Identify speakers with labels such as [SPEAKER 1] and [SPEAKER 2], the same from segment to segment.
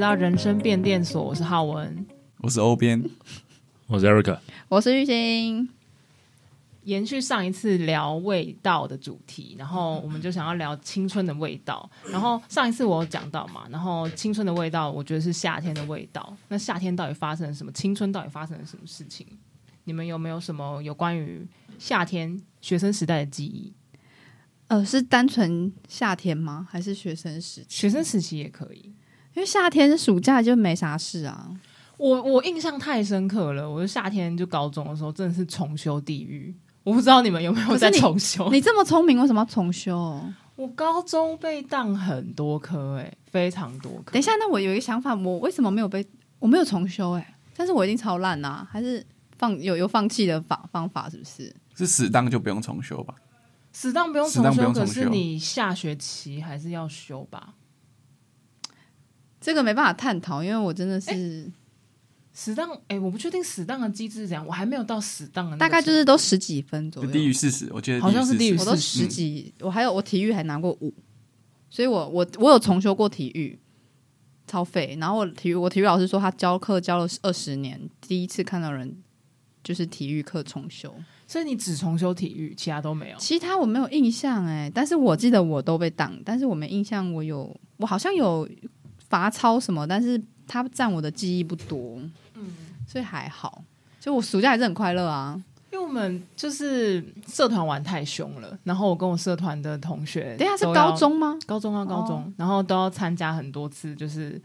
[SPEAKER 1] 到人生变电所，我是浩文。
[SPEAKER 2] 我是欧边，
[SPEAKER 3] 我是 Eric，
[SPEAKER 4] 我是玉兴，
[SPEAKER 1] 延续上一次聊味道的主题，然后我们就想要聊青春的味道。然后上一次我有讲到嘛，然后青春的味道，我觉得是夏天的味道。那夏天到底发生了什么？青春到底发生了什么事情？你们有没有什么有关于夏天学生时代的记忆？
[SPEAKER 4] 呃，是单纯夏天吗？还是学生时期？
[SPEAKER 1] 学生时期也可以。
[SPEAKER 4] 因为夏天暑假就没啥事啊。
[SPEAKER 1] 我我印象太深刻了，我就夏天就高中的时候真的是重修地狱。我不知道你们有没有在
[SPEAKER 4] 可是你
[SPEAKER 1] 重修？
[SPEAKER 4] 你这么聪明，为什么要重修？
[SPEAKER 1] 我高中被当很多科、欸，哎，非常多科。
[SPEAKER 4] 等一，下，那我有一个想法，我为什么没有被我没有重修、欸？哎，但是我一定超烂啊！还是放有有放弃的法方法是不是？
[SPEAKER 2] 是死当就不用重修吧？
[SPEAKER 1] 死当不用
[SPEAKER 2] 死
[SPEAKER 1] 重
[SPEAKER 2] 当不
[SPEAKER 1] 修，
[SPEAKER 2] 用
[SPEAKER 1] 可
[SPEAKER 2] 重
[SPEAKER 1] 是
[SPEAKER 2] 修
[SPEAKER 1] 你下学期还是要修吧？
[SPEAKER 4] 这个没办法探讨，因为我真的是、
[SPEAKER 1] 死当，哎、我不确定死当的机制是怎样，我还没有到死当的那个程度，
[SPEAKER 4] 大概就是都十几分左
[SPEAKER 2] 就
[SPEAKER 4] 右，
[SPEAKER 2] 低于四十，我觉得
[SPEAKER 1] 好像是低嗯于
[SPEAKER 2] 40
[SPEAKER 4] 我都十几，我还有我体育还拿过五，所以我我我有重修过体育，超废。然后我体育我体育老师说他教课教了二十年，第一次看到人就是体育课重修，
[SPEAKER 1] 所以你只重修体育，其他都没有。
[SPEAKER 4] 其他我没有印象哎、但是我记得我都被挡，但是我没印象我有我好像有罚抄什么，但是他占我的记忆不多，嗯，所以还好。就我暑假还是很快乐啊！
[SPEAKER 1] 因为我们就是社团玩太凶了，然后我跟我社团的同学，
[SPEAKER 4] 等一下是高，中哦吗？
[SPEAKER 1] 高中啊，高中，然后都要参加很多次，就是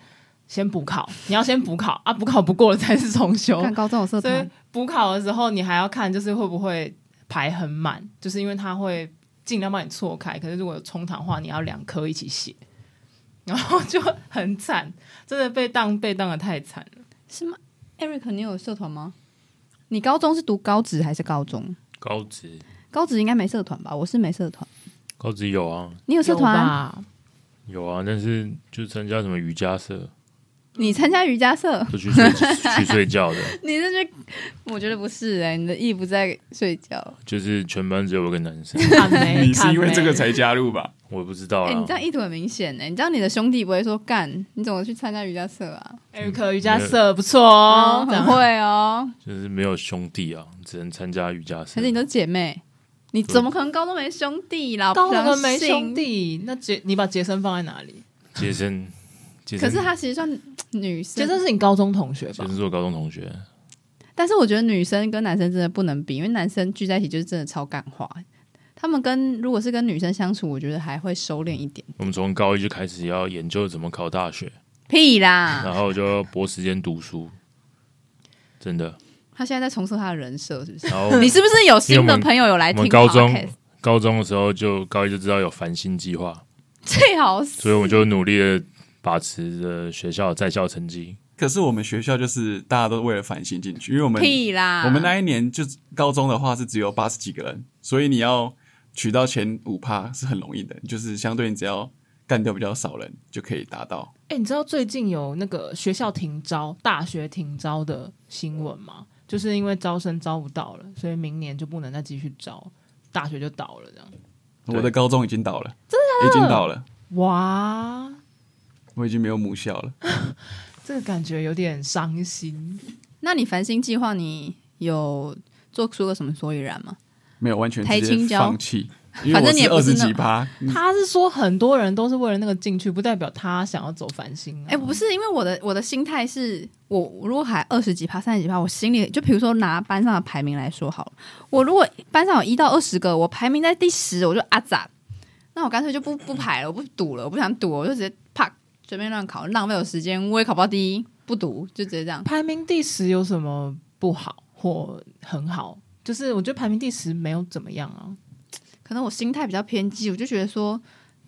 [SPEAKER 1] 先补考，你要先补考啊，补考不过了才是重修，
[SPEAKER 4] 看高中有社
[SPEAKER 1] 所以
[SPEAKER 4] 团，
[SPEAKER 1] 补考的时候，你还要看就是会不会排很满，就是因为他会尽量帮你错开。可是如果有冲堂的话，你要两科一起写， 然后就很惨，真的被当被当的太惨了。
[SPEAKER 4] 是吗？Eric，你有社团吗？你高中是读高职还是高中？
[SPEAKER 3] 高职，
[SPEAKER 4] 高职应该没社团吧？我是没社团，
[SPEAKER 3] 高职有啊，
[SPEAKER 4] 你有社
[SPEAKER 1] 有
[SPEAKER 4] 团？
[SPEAKER 1] 吧
[SPEAKER 3] 有啊，但是就参加什么瑜伽社，
[SPEAKER 4] 你参加瑜 伽社？
[SPEAKER 3] 就去睡去睡觉的，
[SPEAKER 4] 你这就 我觉得不是哎、你的意不在睡觉。
[SPEAKER 3] 就是全班只有我一个男生，
[SPEAKER 1] 看没？
[SPEAKER 2] 你是因为
[SPEAKER 1] 看没
[SPEAKER 2] 这个才加入吧？
[SPEAKER 3] 我也不知道
[SPEAKER 4] 哎、
[SPEAKER 3] 啦
[SPEAKER 4] 你这。样意图很明显哎、你知道你的兄弟不会说干，你怎么去参加瑜伽社啊？
[SPEAKER 1] Eric 瑜伽社不错哦，这
[SPEAKER 4] 很
[SPEAKER 1] 样
[SPEAKER 4] 会哦，
[SPEAKER 3] 就是没有兄弟啊，只能参加瑜伽社
[SPEAKER 4] 可是。你都姐妹，你怎么可能高中没兄弟啦？
[SPEAKER 1] 高
[SPEAKER 4] 不
[SPEAKER 1] 中
[SPEAKER 4] 相
[SPEAKER 1] 没
[SPEAKER 4] 信
[SPEAKER 1] 兄，弟，那杰你把杰森放在哪里？
[SPEAKER 3] 杰森，杰
[SPEAKER 4] 可
[SPEAKER 3] 森，
[SPEAKER 4] 是她其实算女
[SPEAKER 1] 杰。
[SPEAKER 4] 生
[SPEAKER 1] 森是你高中同学
[SPEAKER 3] 杰
[SPEAKER 1] 吧？
[SPEAKER 3] 森是我高中同学，
[SPEAKER 4] 但是我觉得女生跟男生真的不能比，因为男生聚在一起就是真的超感化。他们跟如果是跟女生相处，我觉得还会收敛一点。
[SPEAKER 3] 我们从高一就开始要研究怎么考大学，
[SPEAKER 4] 屁啦！
[SPEAKER 3] 然后就要拨时间读书，真的。
[SPEAKER 4] 他现在在重塑他的人设，是不是？
[SPEAKER 3] 然后
[SPEAKER 4] 你是不是有新
[SPEAKER 3] 因为
[SPEAKER 4] 的
[SPEAKER 3] 我们
[SPEAKER 4] 朋友有来
[SPEAKER 3] 我
[SPEAKER 4] 听
[SPEAKER 3] 们高中
[SPEAKER 4] podcast？
[SPEAKER 3] 高中的时候就高一就知道有繁星计划，
[SPEAKER 4] 最好是
[SPEAKER 3] 所以我就努力的把持着学校的在校成绩。
[SPEAKER 2] 可是我们学校就是大家都为了反省进去，因为我们
[SPEAKER 4] 屁啊啦！
[SPEAKER 2] 我们那一年就是高中的话是只有八十几个人，所以你要取到前五趴是很容易的，就是相对你只要干掉比较少人就可以达到。
[SPEAKER 1] 哎、你知道最近有那个学校停招、大学停招的新闻吗？就是因为招生招不到了，所以明年就不能再继续招，大学就倒了这样。
[SPEAKER 3] 对
[SPEAKER 2] 我的高中已经倒了，真的已经倒了，
[SPEAKER 1] 哇，
[SPEAKER 2] 我已经没有母校了。
[SPEAKER 1] 这个感觉有点伤心。
[SPEAKER 4] 那你繁星计划，你有做出个什么所以然吗？
[SPEAKER 2] 没有完全
[SPEAKER 4] 台
[SPEAKER 2] 直
[SPEAKER 4] 青
[SPEAKER 2] 接
[SPEAKER 4] 交
[SPEAKER 2] 放弃，因为
[SPEAKER 4] 反
[SPEAKER 2] 我
[SPEAKER 4] 正你也
[SPEAKER 2] 二
[SPEAKER 4] 不是
[SPEAKER 2] 十
[SPEAKER 4] 那
[SPEAKER 2] 几趴，嗯
[SPEAKER 1] 他是说很多人都是为了那个进去，不代表他想要走繁星、啊。
[SPEAKER 4] 哎、不是，因为我的我的心态是我我如果还二十几趴、三十几趴，我心里就比如说拿班上的排名来说好了，我如果班上有一到二十个，我排名在第十，我就啊咋，那我干脆就不不排了，我不赌了，我不想赌，我就直接啪随便乱考，浪费我时间，我也考不到第一，不赌就直接这样。
[SPEAKER 1] 排名第十有什么不好或很好？就是我觉得排名第十没有怎么样啊。
[SPEAKER 4] 可能我心态比较偏激，我就觉得说，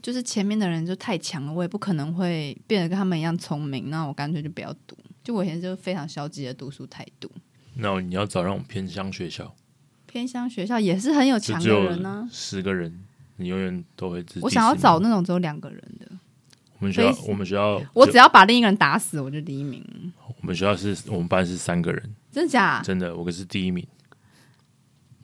[SPEAKER 4] 就是前面的人就太强了，我也不可能会变得跟他们一样聪明，那我干脆就不要赌。就我以前就是非常消极的读书态度。
[SPEAKER 3] 那你要找那种偏乡学校，
[SPEAKER 4] 偏乡学校也是很有
[SPEAKER 3] 就
[SPEAKER 4] 强
[SPEAKER 3] 只
[SPEAKER 4] 的
[SPEAKER 3] 有
[SPEAKER 4] 人呢、
[SPEAKER 3] 十个人，你永远都会自己。
[SPEAKER 4] 我想要找那种只有两个人的，
[SPEAKER 3] 我们学校
[SPEAKER 4] 非，
[SPEAKER 3] 我们学校，
[SPEAKER 4] 我只要把另一个人打死，我就第一名。
[SPEAKER 3] 我们学校是我们班是三个人，
[SPEAKER 4] 真的假？
[SPEAKER 3] 真的，我可是第一名，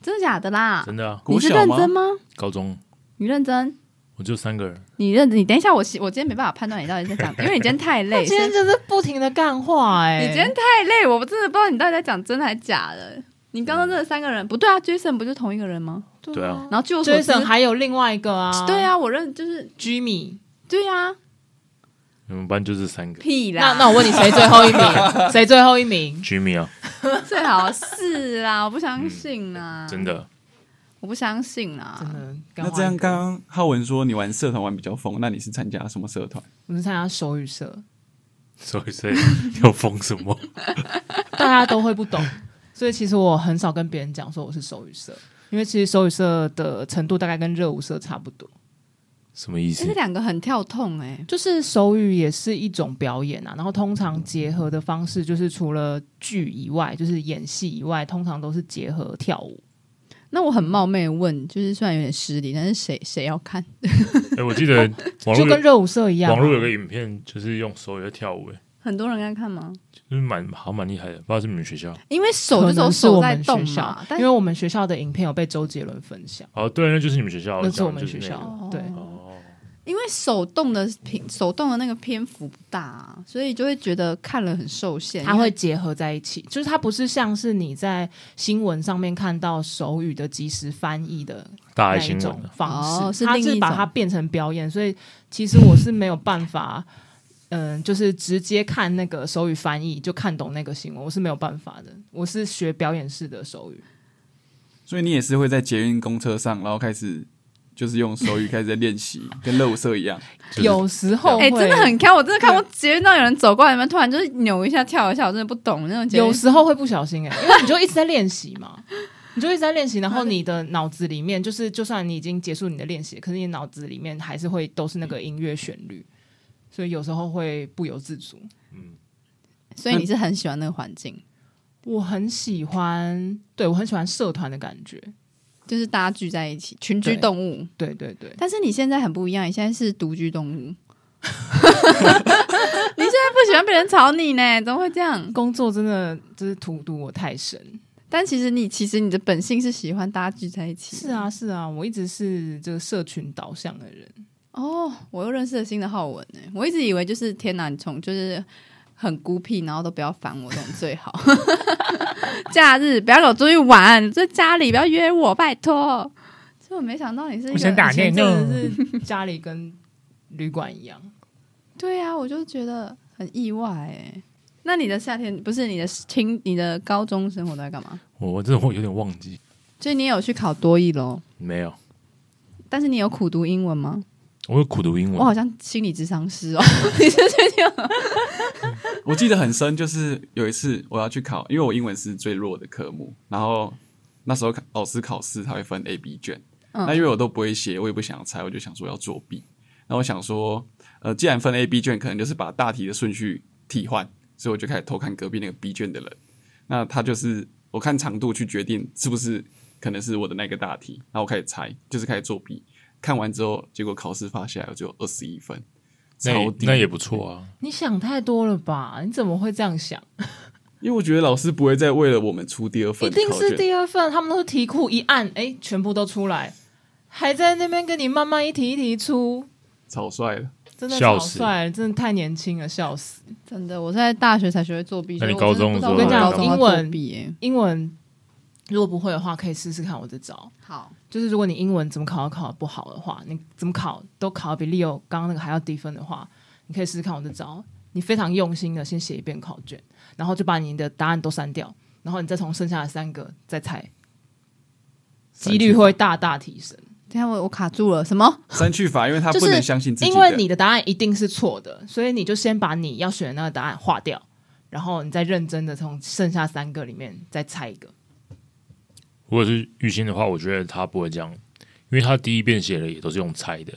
[SPEAKER 4] 真的假的啦？
[SPEAKER 3] 真的啊。
[SPEAKER 2] 国
[SPEAKER 4] 你是
[SPEAKER 2] 小
[SPEAKER 4] 认
[SPEAKER 2] 吗？
[SPEAKER 4] 真吗？
[SPEAKER 3] 高中
[SPEAKER 4] 你认真？
[SPEAKER 3] 我我就三个人，
[SPEAKER 4] 你认你等一下我，我我今天没办法判断你到底在讲，因为你今天 太累，
[SPEAKER 1] 今天就是不停的干话哎、
[SPEAKER 4] 你今天太累，我真的不知道你到底在讲真的还假的。你刚刚这三个人不对啊，Jason 不就同一个人吗？
[SPEAKER 3] 对啊，
[SPEAKER 4] 然后据我所知
[SPEAKER 1] ，Jason 还有另外一个啊，
[SPEAKER 4] 对啊，我认就是
[SPEAKER 1] ，Jimmy。
[SPEAKER 4] 对啊，
[SPEAKER 3] 你们班就是三个
[SPEAKER 4] 屁
[SPEAKER 1] 那
[SPEAKER 4] 啦，
[SPEAKER 1] 那我问你，谁最后一 名？谁最后一名？
[SPEAKER 3] Jimmy 啊，
[SPEAKER 4] 最好是啦，我不相信啦，
[SPEAKER 3] 嗯真，的，
[SPEAKER 4] 我不相信啦
[SPEAKER 1] 真。的，
[SPEAKER 2] 那这样，刚刚浩文说你玩社团玩比较疯，那你是参加什么社团？
[SPEAKER 1] 我们参加手语社，
[SPEAKER 3] 所以 所以要疯什么？
[SPEAKER 1] 大家都会不 懂，所以其实我很少跟别人讲说我是手语社，因为其实手语社的程度大概跟热舞社差不多。
[SPEAKER 3] 什么意思
[SPEAKER 4] 欸这？两个很跳痛哎，
[SPEAKER 1] 就是手语也是一种表演啊，然后通常结合的方式就是除了剧以外，就是演戏以外，通常都是结合跳舞。
[SPEAKER 4] 那我很冒昧地问，就是虽然有点失礼，但是谁谁要看？
[SPEAKER 3] 哎，我记 得网
[SPEAKER 1] 就跟
[SPEAKER 3] 络有
[SPEAKER 1] 热舞社一样啊、
[SPEAKER 3] 网络有个影片，就是用手语在跳舞，哎，
[SPEAKER 4] 很多人在看吗？
[SPEAKER 3] 就是蛮好像蛮厉害的，不知道是你们学校。
[SPEAKER 4] 因为手就
[SPEAKER 1] 可
[SPEAKER 4] 只有
[SPEAKER 1] 能是
[SPEAKER 4] 手
[SPEAKER 1] 我
[SPEAKER 4] 在
[SPEAKER 1] 们
[SPEAKER 4] 动
[SPEAKER 1] 学校
[SPEAKER 4] 嘛，，但
[SPEAKER 1] 因为我们学校的影片有被周杰伦分享，
[SPEAKER 3] 哦，对，那就是你们学校，
[SPEAKER 1] 那是
[SPEAKER 3] 讲
[SPEAKER 1] 我们
[SPEAKER 3] 就是
[SPEAKER 1] 学
[SPEAKER 3] 那
[SPEAKER 1] 校
[SPEAKER 3] 个
[SPEAKER 4] 哦
[SPEAKER 1] 对。
[SPEAKER 3] 哦，
[SPEAKER 4] 因为手动的篇手动的那个篇幅不大、啊，所以就会觉得看了很受限。
[SPEAKER 1] 它会结合在一起，就是它不是像是你在新闻上面看到手语的即时翻译的
[SPEAKER 3] 大
[SPEAKER 1] 那
[SPEAKER 3] 爱
[SPEAKER 1] 一
[SPEAKER 3] 新
[SPEAKER 1] 种
[SPEAKER 3] 闻啊，
[SPEAKER 1] 方
[SPEAKER 4] 哦
[SPEAKER 1] 式，
[SPEAKER 4] 是
[SPEAKER 1] 它
[SPEAKER 4] 另一
[SPEAKER 1] 是把
[SPEAKER 4] 种
[SPEAKER 1] 它变成表演，所以其实我是没有办法，嗯，就是直接看那个手语翻译就看懂那个新闻，我是没有办法的。我是学表演式的手语，
[SPEAKER 2] 所以你也是会在捷运公车上，然后开始就是用手语开始在练习，跟热舞社一样。
[SPEAKER 3] 就是
[SPEAKER 1] 有时候
[SPEAKER 4] 哎、
[SPEAKER 1] 会，
[SPEAKER 4] 真的很开，我真的看过捷运上有人走过来，你们突然就是扭一下、跳一下，我真的不懂那种捷运
[SPEAKER 1] 有时候会不小心哎、因为你就一直在练习嘛， 你就一直在练习，然后你的脑子里面就是，就算你已经结束你的练习，可是你脑子里面还是会都是那个音乐旋律，所以有时候会不由自主。
[SPEAKER 3] 嗯
[SPEAKER 4] 所以你是很喜欢那个环境，
[SPEAKER 1] 我很喜欢，对我很喜欢社团的感觉，
[SPEAKER 4] 就是大家聚在一起，群居
[SPEAKER 1] 对
[SPEAKER 4] 动物。
[SPEAKER 1] 对对对。
[SPEAKER 4] 但是你现在很不一样，你现在是独居动 物，你现在不喜欢别人吵你呢？怎么会这样？
[SPEAKER 1] 工作真的就是荼毒我太深。
[SPEAKER 4] 但其实你其实你的本性是喜欢大家聚在一起，
[SPEAKER 1] 是啊，是啊，我一直是这个社群导向的人。
[SPEAKER 4] 哦，我又认识了新的浩文呢。我一直以为就是天哪，你从就是很孤僻，然后都不要烦我，这种最好。 假日不要跟我出去玩，在家里不要约我，拜托。所以我没想到你是一
[SPEAKER 3] 我想
[SPEAKER 4] 个，
[SPEAKER 3] 打
[SPEAKER 1] 以前
[SPEAKER 3] 电
[SPEAKER 1] 真
[SPEAKER 3] 动
[SPEAKER 1] 的是家里跟旅馆一样，
[SPEAKER 4] 对啊，我就觉得很意外哎。那你的夏天不是你的青，你的高中生活都在干嘛？
[SPEAKER 3] 我我真的我有点忘记，
[SPEAKER 4] 所以你有去考多艺喽？
[SPEAKER 3] 没有，
[SPEAKER 4] 但是你有苦读英文吗？
[SPEAKER 3] 我有苦读英
[SPEAKER 4] 我
[SPEAKER 3] 文
[SPEAKER 4] 好，像心理智商师哦， 你是这样？
[SPEAKER 2] 我记得很深，就是有一次我要去考，因为我英文是最弱的科目，然后那时候考老师考试他会分 A、B 卷，
[SPEAKER 4] 嗯
[SPEAKER 2] 那因为我都不会写，我也不想猜，我就想说要作弊。然后我想说，呃，既然分 A、B 卷，可能就是把大题的顺序替换，所以我就开始偷看隔壁那个 B 卷的人。那他就是我看长度去决定是不是可能是我的那个大题，然后我开始猜，就是开始作弊。看完之后，结果考试发下来我只有二十一分，
[SPEAKER 3] 那
[SPEAKER 2] 超
[SPEAKER 3] 也
[SPEAKER 2] 低
[SPEAKER 3] 那也不错啊。
[SPEAKER 1] 你想太多了吧？你怎么会这样想？
[SPEAKER 2] 因为我觉得老师不会再为了我们出第二份
[SPEAKER 1] 一定
[SPEAKER 2] 考
[SPEAKER 1] 是
[SPEAKER 2] 卷，
[SPEAKER 1] 第二份，他们都是题库一按，哎，全部都出来，还在那边跟你慢慢一题一题出，
[SPEAKER 2] 草率了。
[SPEAKER 1] 真的
[SPEAKER 3] 笑
[SPEAKER 1] 好
[SPEAKER 3] 死
[SPEAKER 1] 帅，真的太年轻了，笑死！
[SPEAKER 4] 真的，我是在大学才学会作弊。
[SPEAKER 3] 那你
[SPEAKER 4] 所以我
[SPEAKER 3] 高
[SPEAKER 4] 真
[SPEAKER 3] 中的
[SPEAKER 4] 不知道
[SPEAKER 3] 时候有
[SPEAKER 4] 我高
[SPEAKER 3] 干
[SPEAKER 4] 中
[SPEAKER 1] 嘛
[SPEAKER 4] 要作
[SPEAKER 1] 英文
[SPEAKER 4] 弊欸耶
[SPEAKER 1] 英文如果不会的话，可以试试看我这招。
[SPEAKER 4] 好，
[SPEAKER 1] 就是如果你英文怎么考都考得不好的话，你怎么考都考得比 Leo 刚刚那个还要低分的话，你可以试试看我这招。你非常用心的先写一遍考卷，然后就把你的答案都删掉，然后你再从剩下的三个再猜，几率会大大提升。
[SPEAKER 4] 等一下我我卡住了，什么？
[SPEAKER 2] 删去法，因为他
[SPEAKER 1] 就是
[SPEAKER 2] 不能相信自己
[SPEAKER 1] 因
[SPEAKER 2] 的。
[SPEAKER 1] 为你的答案一定是错的，所以你就先把你要选的那个答案划掉，然后你再认真的从剩下三个里面再猜一个。
[SPEAKER 3] 如果是玉鑫的话，我觉得他不会这样，因为他第一遍写的也都是用猜的，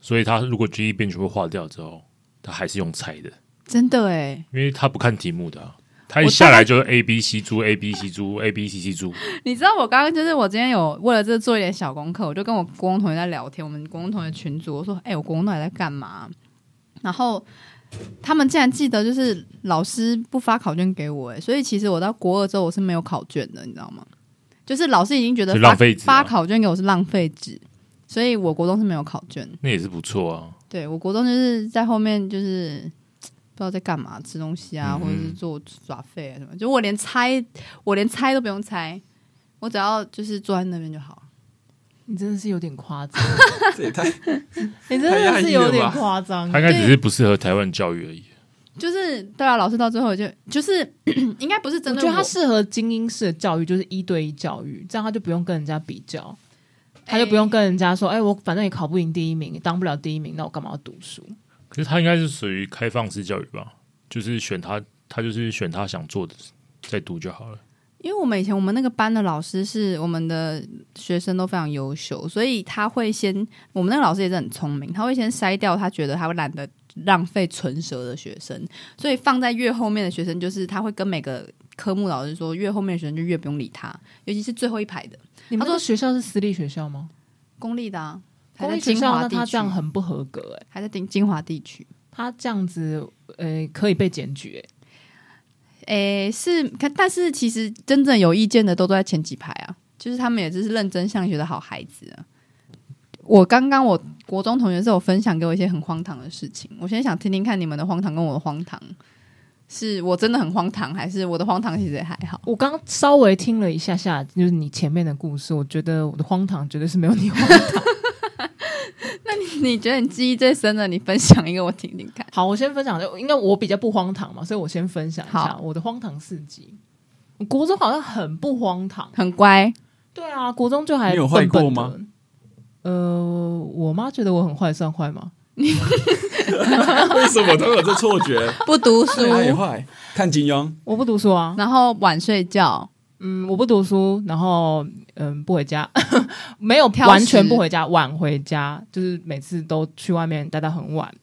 [SPEAKER 3] 所以他如果第一遍全部划掉之后，他还是用猜的，
[SPEAKER 4] 真的哎，
[SPEAKER 3] 因为他不看题目的啊、他一
[SPEAKER 4] 我
[SPEAKER 3] 下
[SPEAKER 4] 大概
[SPEAKER 3] 来就是 A B C 猪 A B C 猪 A B C C 猪，
[SPEAKER 4] 你知道我刚刚就是我今天有为了这做一点小功课，我就跟我国中同学在聊天，我们国中同学群组，我说，哎、我国中到底在干嘛？然后他们竟然记得就是老师不发考卷给我，哎，所以其实我到国二之后我是没有考卷的，你知道吗？就是老师已经觉得
[SPEAKER 3] 就
[SPEAKER 4] 发
[SPEAKER 3] 浪费纸啊
[SPEAKER 4] 发考卷给我是浪费纸，所以我国中是没有考卷。
[SPEAKER 3] 那也是不错啊。
[SPEAKER 4] 对我国中就是在后面就是不知道在干嘛，吃东西啊，
[SPEAKER 2] 嗯哼
[SPEAKER 4] 或者是做耍废啊什么，就我连猜我连猜都不用猜，我只要就是坐在那边就好了。
[SPEAKER 1] 你真的是有点夸张，
[SPEAKER 2] 这 也太
[SPEAKER 1] 你真的是有点夸张
[SPEAKER 3] 他。应该只是不适合台湾教育而已。
[SPEAKER 4] 就是对啊，老师到最后就就是 应该不是
[SPEAKER 1] 我
[SPEAKER 4] 针
[SPEAKER 1] 觉
[SPEAKER 4] 对
[SPEAKER 1] 得他适合精英式的教育，就是一对一教育，这样他就不用跟人家比较，他就不用跟人家说，哎、我反正也考不赢第一名，当不了第一名，那我干嘛要读书？
[SPEAKER 3] 可是他应该是属于开放式教育吧，就是选他，他就是选他想做的，再读就好了。
[SPEAKER 4] 因为我们以前我们那个班的老师是我们的学生都非常优秀，所以他会先我们那个老师也是很聪明，他会先筛掉他觉得他会懒得浪费唇舌的学生，所以放在越后面的学生，就是他会跟每个科目老师说，越后面的学生就越不用理他，尤其是最后一排的
[SPEAKER 1] 你们说学校是私立学校吗？
[SPEAKER 4] 公立的、啊，还
[SPEAKER 1] 公
[SPEAKER 4] 在
[SPEAKER 1] 立学
[SPEAKER 4] 精
[SPEAKER 1] 校
[SPEAKER 4] 华
[SPEAKER 1] 那
[SPEAKER 4] 地
[SPEAKER 1] 他
[SPEAKER 4] 区
[SPEAKER 1] 这，样很不合格哎、
[SPEAKER 4] 还在精精华地区。
[SPEAKER 1] 他这样子呃可以被检举哎、
[SPEAKER 4] 诶，是，可但是其实真正有意见的都都在前几排啊，就是他们也真是认真上学的好孩子啊。我刚刚我国中同学是有分享给我一些很荒唐的事情，我现在想听听看你们的荒唐跟我的荒唐，是我真的很荒唐，还是我的荒唐其实也还好？
[SPEAKER 1] 我刚稍微听了一下下，就是你前面的故事，我觉得我的荒唐绝对是没有你荒唐。
[SPEAKER 4] 你觉得你记忆最深的，你分享一个我听听看。
[SPEAKER 1] 好，我先分享，应该我比较不荒唐嘛，所以我先分享一下
[SPEAKER 4] 好
[SPEAKER 1] 我的荒唐事迹。我国中好像很不荒唐，
[SPEAKER 4] 很乖，
[SPEAKER 1] 对啊，国中就还
[SPEAKER 2] 你有坏过吗
[SPEAKER 1] 笨笨的？呃，我妈觉得我很坏，算坏吗？
[SPEAKER 2] 为什么都有这错 觉？
[SPEAKER 4] 不读书，
[SPEAKER 2] 对，也坏，看金庸，
[SPEAKER 1] 我不读书啊，
[SPEAKER 4] 然后晚睡觉，
[SPEAKER 1] 嗯，我不读书，然后嗯不回家， 没有
[SPEAKER 4] 挑食
[SPEAKER 1] 完全不回家，晚回家，就是每次都去外面待到很晚，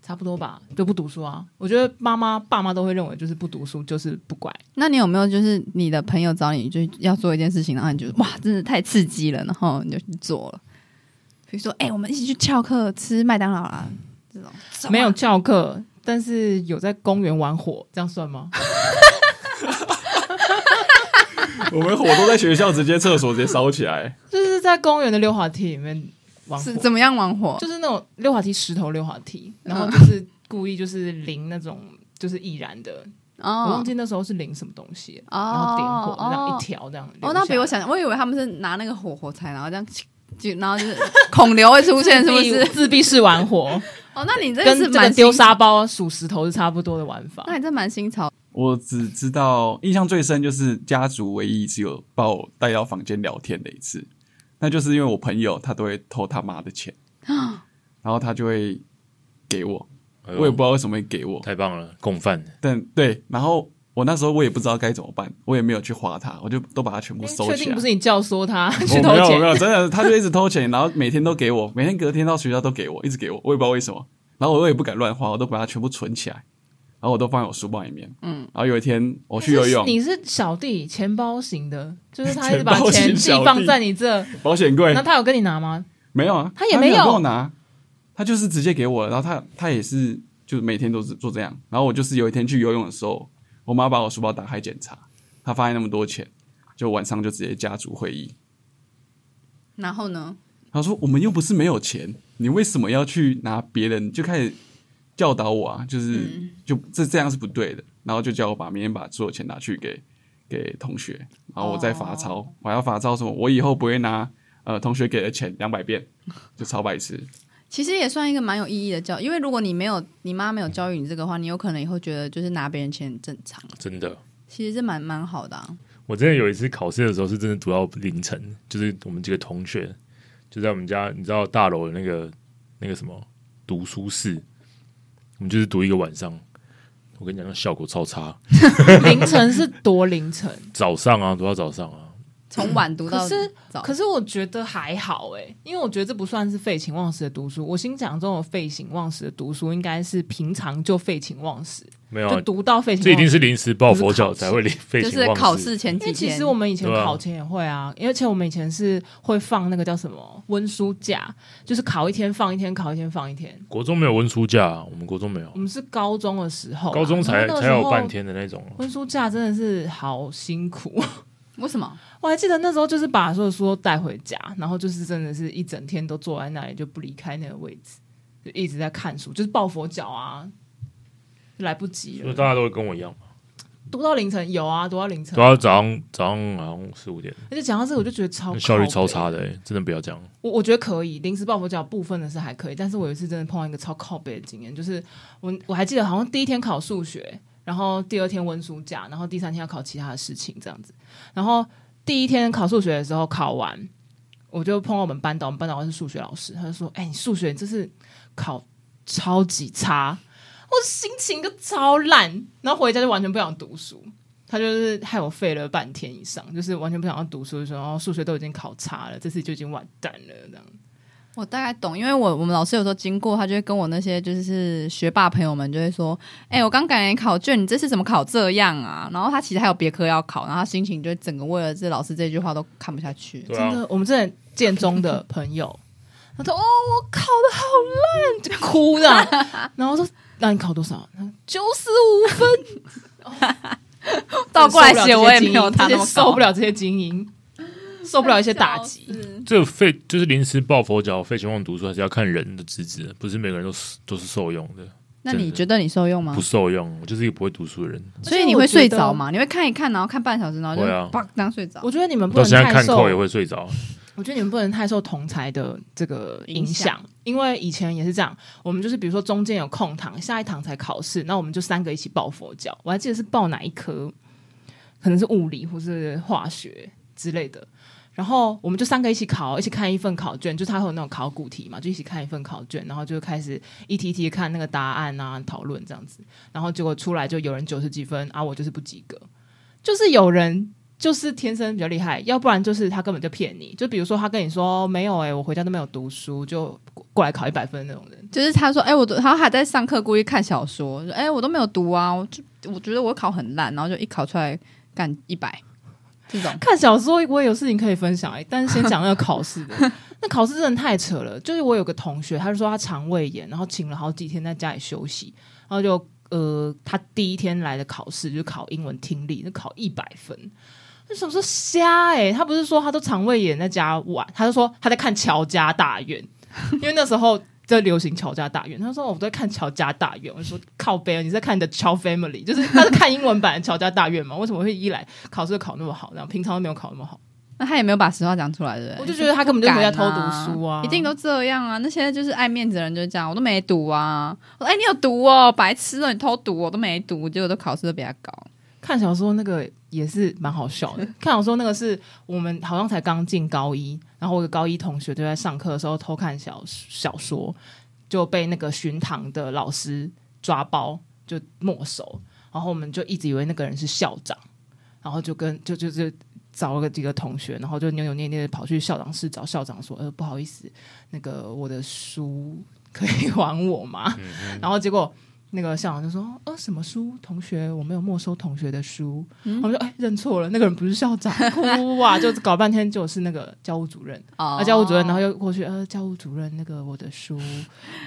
[SPEAKER 1] 差不多吧，就不读书啊。我觉得妈妈爸妈都会认为就是不读书就是不乖，
[SPEAKER 4] 那你有没有就是你的朋友找你就要做一件事情，然后你就哇，真的太刺激了，然后你就去做了？比如说，哎、我们一起去翘课吃麦当劳啦，这种
[SPEAKER 1] 没有翘课，但是有在公园玩火，这样算吗？
[SPEAKER 2] 我们火都在学校，直接厕所直接烧起来。
[SPEAKER 1] 就是在公园的溜滑梯里面玩火
[SPEAKER 4] 是，怎么样玩火？
[SPEAKER 1] 就是那种溜滑梯石头溜滑梯，然
[SPEAKER 4] 嗯
[SPEAKER 1] 后就是故意就是淋那种就是易燃的，我忘
[SPEAKER 4] 哦
[SPEAKER 1] 记那时候是淋什么东西了。
[SPEAKER 4] 哦
[SPEAKER 1] 然后点火，这样
[SPEAKER 4] 哦
[SPEAKER 1] 一条这样。
[SPEAKER 4] 哦，那比我想，我以为他们是拿那个火火柴，然后这样就然后就是 孔流会出
[SPEAKER 1] 出
[SPEAKER 4] 现，是不是？
[SPEAKER 1] 自闭式玩火，
[SPEAKER 4] 哦，那你这
[SPEAKER 1] 跟
[SPEAKER 4] 是
[SPEAKER 1] 这个
[SPEAKER 4] 蛮
[SPEAKER 1] 丢
[SPEAKER 4] 新，
[SPEAKER 1] 沙包、数石头是差不多的玩法。
[SPEAKER 4] 那你这蛮新潮。
[SPEAKER 2] 我只知道印象最深就是家族唯一只有把我带到房间聊天的一次，那就是因为我朋友他都会偷他妈 的钱，然后他就会给我，
[SPEAKER 3] 哎呦
[SPEAKER 2] 我也不知道为什么会给我，
[SPEAKER 3] 太棒了，共犯。
[SPEAKER 2] 但对，然后我那时候我也不知道该怎么办，我也没有去花它，我就都把它全部
[SPEAKER 1] 因为
[SPEAKER 2] 收
[SPEAKER 1] 哎确
[SPEAKER 2] 起
[SPEAKER 1] 定
[SPEAKER 2] 来
[SPEAKER 1] 不。是你教唆他去
[SPEAKER 2] 我
[SPEAKER 1] 偷
[SPEAKER 2] 没有我没
[SPEAKER 1] 钱？
[SPEAKER 2] 有，真的，他就一直偷钱，然后每天都给我，每天隔天到学校都给我，一直给我，我也不知道为什么。然后我也不敢乱花，我都把它全部存起来，然后我都放在我书包里面。嗯，然后有一天我去游泳，
[SPEAKER 1] 你是小弟，钱包型的，就是他一直把
[SPEAKER 2] 钱包型
[SPEAKER 1] 钱寄
[SPEAKER 2] 小弟哎
[SPEAKER 1] 放在你这，
[SPEAKER 2] 保险柜
[SPEAKER 1] 那他有跟你拿吗？
[SPEAKER 2] 没有啊，
[SPEAKER 1] 他也
[SPEAKER 2] 没
[SPEAKER 1] 没有
[SPEAKER 2] 跟我拿，他就是直接给我了。然后他他也是就是每天都是做这样。然后我就是有一天去游泳的时候，我妈把我书包打开检查，她发现那么多钱，就晚上就直接家族会议。
[SPEAKER 4] 然后呢？
[SPEAKER 2] 她说：“我们又不是没有钱，你为什么要去拿别人？”就开始教导我啊，就是、
[SPEAKER 1] 嗯
[SPEAKER 2] 就这这样是不对的。然后就叫我把明天把所有钱拿去给给同学，然后我再罚
[SPEAKER 1] 哦
[SPEAKER 2] 抄，我还要罚抄什么？我以后不会拿呃同学给的钱两百遍，就超 白痴。
[SPEAKER 4] 其实也算一个蛮有意义的教，因为如果你没有你妈没有教育你这个话，你有可能以后觉得就是拿别人钱很正常，
[SPEAKER 3] 真的，
[SPEAKER 4] 其实是蛮蛮好的、啊。
[SPEAKER 3] 我真的有一次考试的时候是真的读到凌晨，就是我们几个同学就在我们家，你知道大楼的那个那个什么读书室，我们就是读一个晚上。我跟你讲，那效果超差。
[SPEAKER 1] 凌晨是多凌晨，
[SPEAKER 3] 早上啊，读到早上啊，
[SPEAKER 4] 从晚读到
[SPEAKER 1] 可是
[SPEAKER 4] 早，
[SPEAKER 1] 可是我觉得还好哎、因为我觉得这不算是废寝忘食的读书。我心想中的废寝忘食的读书，应该是平常就废寝忘食，
[SPEAKER 3] 没有啊
[SPEAKER 1] 就，读到废寝忘食。
[SPEAKER 3] 这一定是临时抱佛脚才会临废
[SPEAKER 4] 就
[SPEAKER 3] 寝
[SPEAKER 4] 是
[SPEAKER 3] 忘食。
[SPEAKER 4] 考试前
[SPEAKER 1] 因
[SPEAKER 4] 几
[SPEAKER 1] 为
[SPEAKER 4] 天，
[SPEAKER 1] 其实我们以前
[SPEAKER 3] 对啊
[SPEAKER 1] 考前也会啊，而且我们以前是会放那个叫什么温书假，就是考一天放一天，考一天放一天。
[SPEAKER 3] 国中没有温书假啊、我们国中没有
[SPEAKER 1] 我，们是高中的时候啊、
[SPEAKER 3] 高中才
[SPEAKER 1] 然后那个
[SPEAKER 3] 才
[SPEAKER 1] 时
[SPEAKER 3] 有
[SPEAKER 1] 候
[SPEAKER 3] 半。天的那种啊。
[SPEAKER 1] 温书假真的是好辛苦，
[SPEAKER 4] 为什么？
[SPEAKER 1] 我还记得那时候就是把所有书都带回家，然后就是真的是一整天都坐在那里就不离开那个位置，就一直在看书，就是抱佛脚啊，来不及
[SPEAKER 3] 就
[SPEAKER 1] 了，
[SPEAKER 3] 大家都会跟我一样嘛，
[SPEAKER 1] 读到凌晨有啊，读到凌晨
[SPEAKER 3] 都，要早上早上好像四五点，
[SPEAKER 1] 而且讲到这个我就觉得超
[SPEAKER 3] 效率超
[SPEAKER 1] 靠北
[SPEAKER 3] 差的、欸，真的不要这样。
[SPEAKER 1] 我我觉得可以，临时抱佛脚部分的是还可以，但是我有一次真的碰到一个超靠背的经验，就是我我还记得好像第一天考数学，然后第二天温书假，然后第三天要考其他的事情这样子。然后第一天考数学的时候考完，我就碰到我们班导，我们班导是数学老师，他就说：“哎、你数学这次考超级差。”我心情就超烂，然后回家就完全不想读书。他就是害我废了半天以上，就是完全不想要读书的时候，然后数学都已经考差了，这次就已经完蛋了这样。
[SPEAKER 4] 我大概懂，因为我我们老师有时候经过，他就会跟我那些就是学霸朋友们就会说：“哎、我刚赶来考卷，你这次怎么考这样啊？”然后他其实还有别科要考，然后他心情就整个为了这老师这句话都看不下去。
[SPEAKER 3] 对
[SPEAKER 1] 真
[SPEAKER 3] 啊，
[SPEAKER 1] 的，我们之前建中的朋友， 他说：“哦，我考的好烂，就哭的。”然后我说：“那你考多少？”他九十五分。
[SPEAKER 4] 倒过来写，我也没有他那么高
[SPEAKER 1] 受不了这些精英，受不了一些打击。
[SPEAKER 3] 这个废就是临时抱佛脚、废寝忘食读书，还是要看人的资质，啊不是每个人都是都是受用的，
[SPEAKER 4] 那你觉得你受
[SPEAKER 1] 啊
[SPEAKER 4] 用吗
[SPEAKER 3] 不？受用。我就是一个不会读书的人，
[SPEAKER 4] 所以你会睡着吗？你会看一看，然后看半小时，然后就
[SPEAKER 3] 会啊
[SPEAKER 4] 啪当睡着
[SPEAKER 1] 我。觉得你们不
[SPEAKER 3] 到
[SPEAKER 1] 能
[SPEAKER 3] 现在
[SPEAKER 1] 太
[SPEAKER 3] 看
[SPEAKER 1] 受，
[SPEAKER 3] 扣也会睡 着。啊
[SPEAKER 1] 我觉得你们不能太受同才的这个影
[SPEAKER 4] 影
[SPEAKER 1] 响
[SPEAKER 4] 响，
[SPEAKER 1] 因为以前也是这样，我们就是比如说中间有空堂，下一堂才考试，那我们就三个一起抱佛脚。我还记得是抱哪一科，可能是物理或是化学之类的。然后我们就三个一起考，一起看一份考卷，就是他会有那种考古题嘛，就一起看一份考卷，然后就开始一题一题看那个答案啊，讨论这样子。然后结果出来就有人九十几分啊，我就是不及格，就是有人就是天生比较厉害，要不然就是他根本就骗你。就比如说他跟你说没有哎、我回家都没有读书，就过过来考一百分那种人。
[SPEAKER 4] 就是他说：“哎、我都他还在上课故意看小说，说哎、我都没有读啊，我就我觉得我考很烂，然后就一考出来干一百，这种
[SPEAKER 1] 看小说我也有事情可以分享、欸，但是先讲那个考试的。 那考试真的太扯了，就是我有个同学，他就说他肠胃炎，然后请了好几天在家里休息，然后就呃，他第一天来的考试就是考英文听力，就考一百分。就想说瞎哎、他不是说他都肠胃炎在家玩，他就说他在看《乔家大院》，因为那时候在流行《乔家大院》。他说哦我都在看《乔家大院》，我就说靠背啊，你在看你的《乔 Family》，就是他是看英文版的《乔家大院》嘛？为什么会一来考试就考那么好，然后平常都没有考那么好？
[SPEAKER 4] 那他也没有把实话讲出来，对不对？
[SPEAKER 1] 我就觉得他根本就
[SPEAKER 4] 不
[SPEAKER 1] 回
[SPEAKER 4] 敢
[SPEAKER 1] 家偷读书啊，
[SPEAKER 4] 一定都这样啊！那些就是爱面子的人就是这样，我都没读啊。我说哎、你有读哦，白痴哦，你偷读哦，我都没读，结果都考试都比他高。
[SPEAKER 1] 看小说那个也是蛮好笑 的。看小说那个是我们好像才刚进高一，然后我有个高一同学就在上课的时候偷看小小说，就被那个巡堂的老师抓包就没收，然后我们就一直以为那个人是校长，然后就跟就就就。找了几个同学，然后就扭扭捏捏的跑去校长室找校长说：“呃，不好意思，那个我的书可以还我吗？”然后结果那个校长就说：“哦，什么书？同学，我没有没收同学的书。
[SPEAKER 4] 嗯
[SPEAKER 1] 我们说：“哎，认错了，那个人不是校长。”哭啊， 就搞半天就是那个教务主任。
[SPEAKER 4] 哦
[SPEAKER 1] 啊，教务主任，然后又过去，呃，教务主任，那个我的书，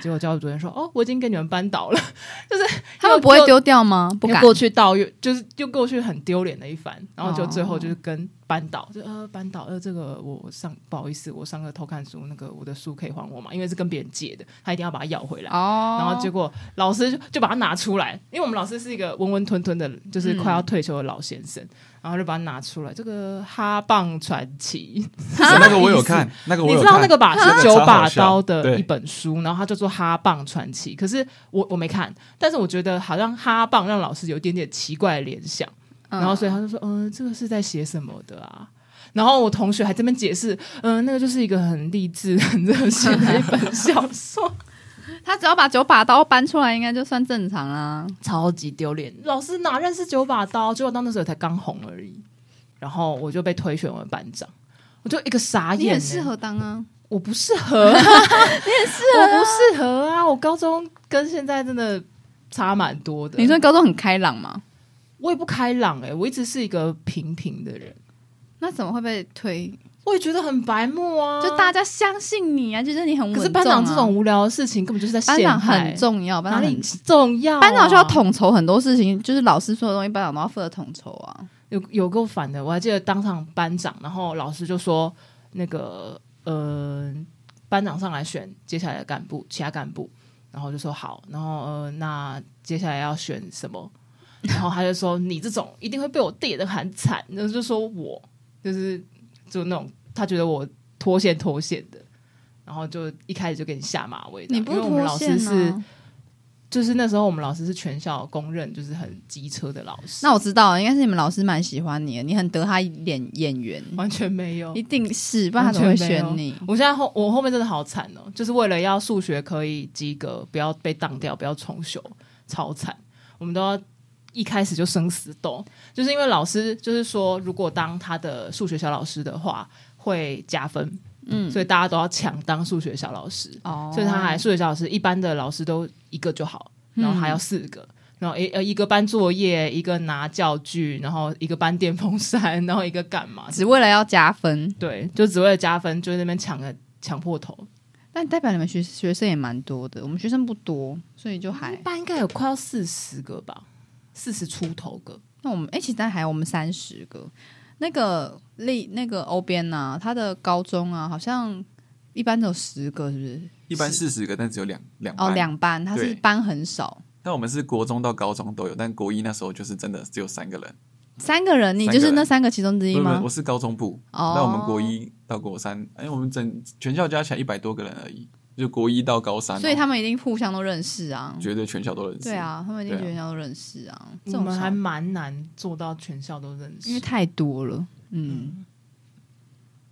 [SPEAKER 1] 结果教务主任说：“哦，我已经给你们班导了。”
[SPEAKER 4] 他们不会丢掉吗？ 不
[SPEAKER 1] 又
[SPEAKER 4] 敢。
[SPEAKER 1] 过去到又就是又过去很丢脸的一番，然后就最后就是跟班导就呃班导呃这个我我上不好意思我上课偷看书那个我的书可以还我嘛，因为是跟别人借的，他一定要把它要回来。
[SPEAKER 4] 哦，
[SPEAKER 1] 然后结果老师就就把它拿出来，因为我们老师是一个温温吞吞的，就是快要退休的老先生，然后就把它拿出来。这个《哈棒传 奇》
[SPEAKER 2] 哦那个我有看，那个我
[SPEAKER 1] 你
[SPEAKER 2] 有
[SPEAKER 1] 知
[SPEAKER 2] 看
[SPEAKER 1] 道那个吧？
[SPEAKER 2] 那个
[SPEAKER 1] 是九
[SPEAKER 2] 超好
[SPEAKER 1] 把
[SPEAKER 2] 笑
[SPEAKER 1] 刀的
[SPEAKER 2] 对
[SPEAKER 1] 一本书，然后它叫做《哈棒传奇》。可是我我没看，但是我觉得好像哈棒让老师有一点点奇怪的联想，
[SPEAKER 4] 嗯
[SPEAKER 1] 然后所以他就说：“嗯、这个是在写什么的啊？”然后我同学还这边解释：“嗯、那个就是一个很励志、很热血的一本小说。”
[SPEAKER 4] 他只要把九把刀搬出来，应该就算正常啊啦。
[SPEAKER 1] 超级丢脸。老师哪认识九把刀？九把刀那时候才刚红而已，然后我就被推选为班长，我就一个傻
[SPEAKER 4] 你
[SPEAKER 1] 眼、欸
[SPEAKER 4] 很适，合当啊，
[SPEAKER 1] 我不适 合，你很适合、我不适合啊！我高中跟现在真的差蛮多的。
[SPEAKER 4] 你说高中很开朗嘛，
[SPEAKER 1] 我也不开朗哎、我一直是一个平平的人，
[SPEAKER 4] 那怎么会被推？
[SPEAKER 1] 我也觉得很白目啊。
[SPEAKER 4] 就大家相信你啊，就觉得你很稳
[SPEAKER 1] 可
[SPEAKER 4] 重啊。
[SPEAKER 1] 是班长这种无聊的事情根本就是在
[SPEAKER 4] 班
[SPEAKER 1] 陷
[SPEAKER 4] 长
[SPEAKER 1] 害，
[SPEAKER 4] 很重要，班
[SPEAKER 1] 哪
[SPEAKER 4] 长很
[SPEAKER 1] 里重要、
[SPEAKER 4] 班长就要。统筹很多事情，就是老师说的东西，班长都要负责统筹啊。
[SPEAKER 1] 有有够烦的。我还记得当场班长，然后老师就说那个呃，班长上来选接下来的干部，其他干部，然后我就说好，然后呃，那接下来要选什么？然后他就说你这种一定会被我跌的很惨，然后就说我就是就那种他觉得我脱线脱线的，然后就一开始就给你下马威这
[SPEAKER 4] 你
[SPEAKER 1] 样，
[SPEAKER 4] 不
[SPEAKER 1] 因为我们
[SPEAKER 4] 脱
[SPEAKER 1] 老师
[SPEAKER 4] 线
[SPEAKER 1] 是。
[SPEAKER 4] 啊？
[SPEAKER 1] 就是那时候我们老师是全校公认就是很机车的老师，
[SPEAKER 4] 那我知道了，应该是你们老师蛮喜欢你的，你很得他眼眼缘，
[SPEAKER 1] 完全没有
[SPEAKER 4] 一。定是，不然他怎么会
[SPEAKER 1] 完全没有
[SPEAKER 4] 选你？
[SPEAKER 1] 我现在后我后面真的好惨哦，就是为了要数学可以及格，不要被当掉，不要重修，超惨。我们都要一开始就生死斗，就是因为老师就是说，如果当他的数学小老师的话会加分，嗯，所以大家都要抢当数学小老师。
[SPEAKER 4] 哦
[SPEAKER 1] 所以他还数学小老师，一般的老师都一个就好，然后还要四个，然后一呃一个班作业，一个拿教具，然后一个班电风扇，然后一个干嘛？
[SPEAKER 4] 只为了要加分，
[SPEAKER 1] 对，就只为了加分，就在那边抢个抢破头。
[SPEAKER 4] 但代表你们学学生也蛮多的，我们学生不多，所以就还
[SPEAKER 1] 班应该有快要四十个吧，四十出头个。
[SPEAKER 4] 那我们哎、其实但还有我们三十个，那个丽那个欧边呐，他的高中啊，好像一般都有十个，是不是？
[SPEAKER 2] 一般四十个，但只有两两
[SPEAKER 4] 哦，
[SPEAKER 2] 班
[SPEAKER 4] 两班，他是
[SPEAKER 2] 对
[SPEAKER 4] 班很少，
[SPEAKER 2] 但我们是国中到高中都有，但国一那时候就是真的只有三个人。三
[SPEAKER 4] 三个人，你就是那三个其中之一
[SPEAKER 2] 不是不是
[SPEAKER 4] 吗
[SPEAKER 2] 我？是高中部，
[SPEAKER 4] 哦
[SPEAKER 2] 那、我们国一到国三，哎，我们整全校加起来一百多个人而已，就国一到高三哦、哦
[SPEAKER 4] 所以他们一定互相都认识啊。
[SPEAKER 2] 绝对全校都认识。
[SPEAKER 4] 对，啊，他们一定
[SPEAKER 2] 对啊
[SPEAKER 4] 互相都认识啊。这
[SPEAKER 1] 我
[SPEAKER 4] 种
[SPEAKER 1] 们
[SPEAKER 4] 少
[SPEAKER 1] 还蛮难做到全校都认识，
[SPEAKER 4] 因为太多了，嗯，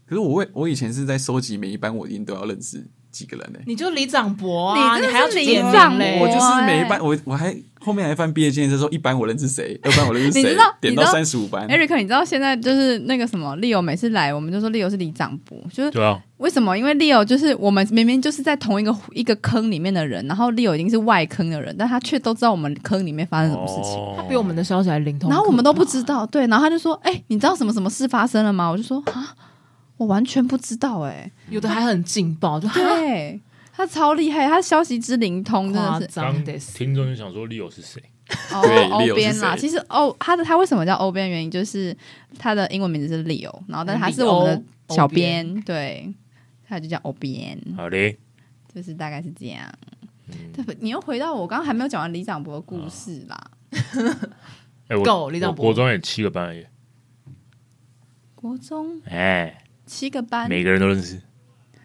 [SPEAKER 2] 可是我为我以前是在收集每一班，我一定都要认识几个人呢、欸
[SPEAKER 1] 你就李长博啊，你
[SPEAKER 4] 你真的是
[SPEAKER 1] 还要去点
[SPEAKER 4] 里长
[SPEAKER 1] 名嘞，
[SPEAKER 4] 博
[SPEAKER 2] 我就是每一
[SPEAKER 4] 哎
[SPEAKER 2] 班，我我还后面还翻毕业纪念册说一班我认识 谁，二班我认识
[SPEAKER 4] 你
[SPEAKER 2] 谁
[SPEAKER 4] 知道，哎
[SPEAKER 2] 点
[SPEAKER 4] 你
[SPEAKER 2] 到
[SPEAKER 4] 知道
[SPEAKER 2] 三十五班。
[SPEAKER 4] Eric，你知道现在就是那个什么 Leo 每次来，我们就说 Leo 是李长博，就是
[SPEAKER 3] 对啊，
[SPEAKER 4] 为什么？因为 Leo 就是我们明明就是在同一个一个坑里面的人，然后 Leo 已经是外坑的人，但他却都知道我们坑里面发生什么事情。
[SPEAKER 3] 哦
[SPEAKER 1] 他比我们的消息还灵通，
[SPEAKER 4] 然后我们都不知。道，对，然后他就说：“哎、你知道什么什么事发生了吗？”我就说：“啊，我完全不知道、
[SPEAKER 1] 有的还很劲爆，就
[SPEAKER 4] 哎，对，他超厉害，他消息之灵通，真
[SPEAKER 1] 夸
[SPEAKER 4] 的是
[SPEAKER 1] 张的
[SPEAKER 3] 刚。听众就想说 Leo 是谁？
[SPEAKER 4] 哦
[SPEAKER 2] 对
[SPEAKER 4] 欧
[SPEAKER 2] Leo
[SPEAKER 4] 边
[SPEAKER 2] 是
[SPEAKER 4] 啦。
[SPEAKER 2] 谁
[SPEAKER 4] 其实欧他的他为什么叫欧边，原因就是他的英文名字是 Leo，然后但他是我们的小编，对，他就叫欧边，
[SPEAKER 3] 好嘞，
[SPEAKER 4] 就是大概是这样。
[SPEAKER 3] 嗯
[SPEAKER 4] 对，你又回到我刚刚还没有讲完李长博的故事啦。
[SPEAKER 3] 哦哎，我
[SPEAKER 1] 够李长
[SPEAKER 3] 我
[SPEAKER 1] 博
[SPEAKER 3] 国中也七个班而已，
[SPEAKER 4] 国中
[SPEAKER 3] 哎，
[SPEAKER 4] 七个班，
[SPEAKER 3] 每个人都 认识，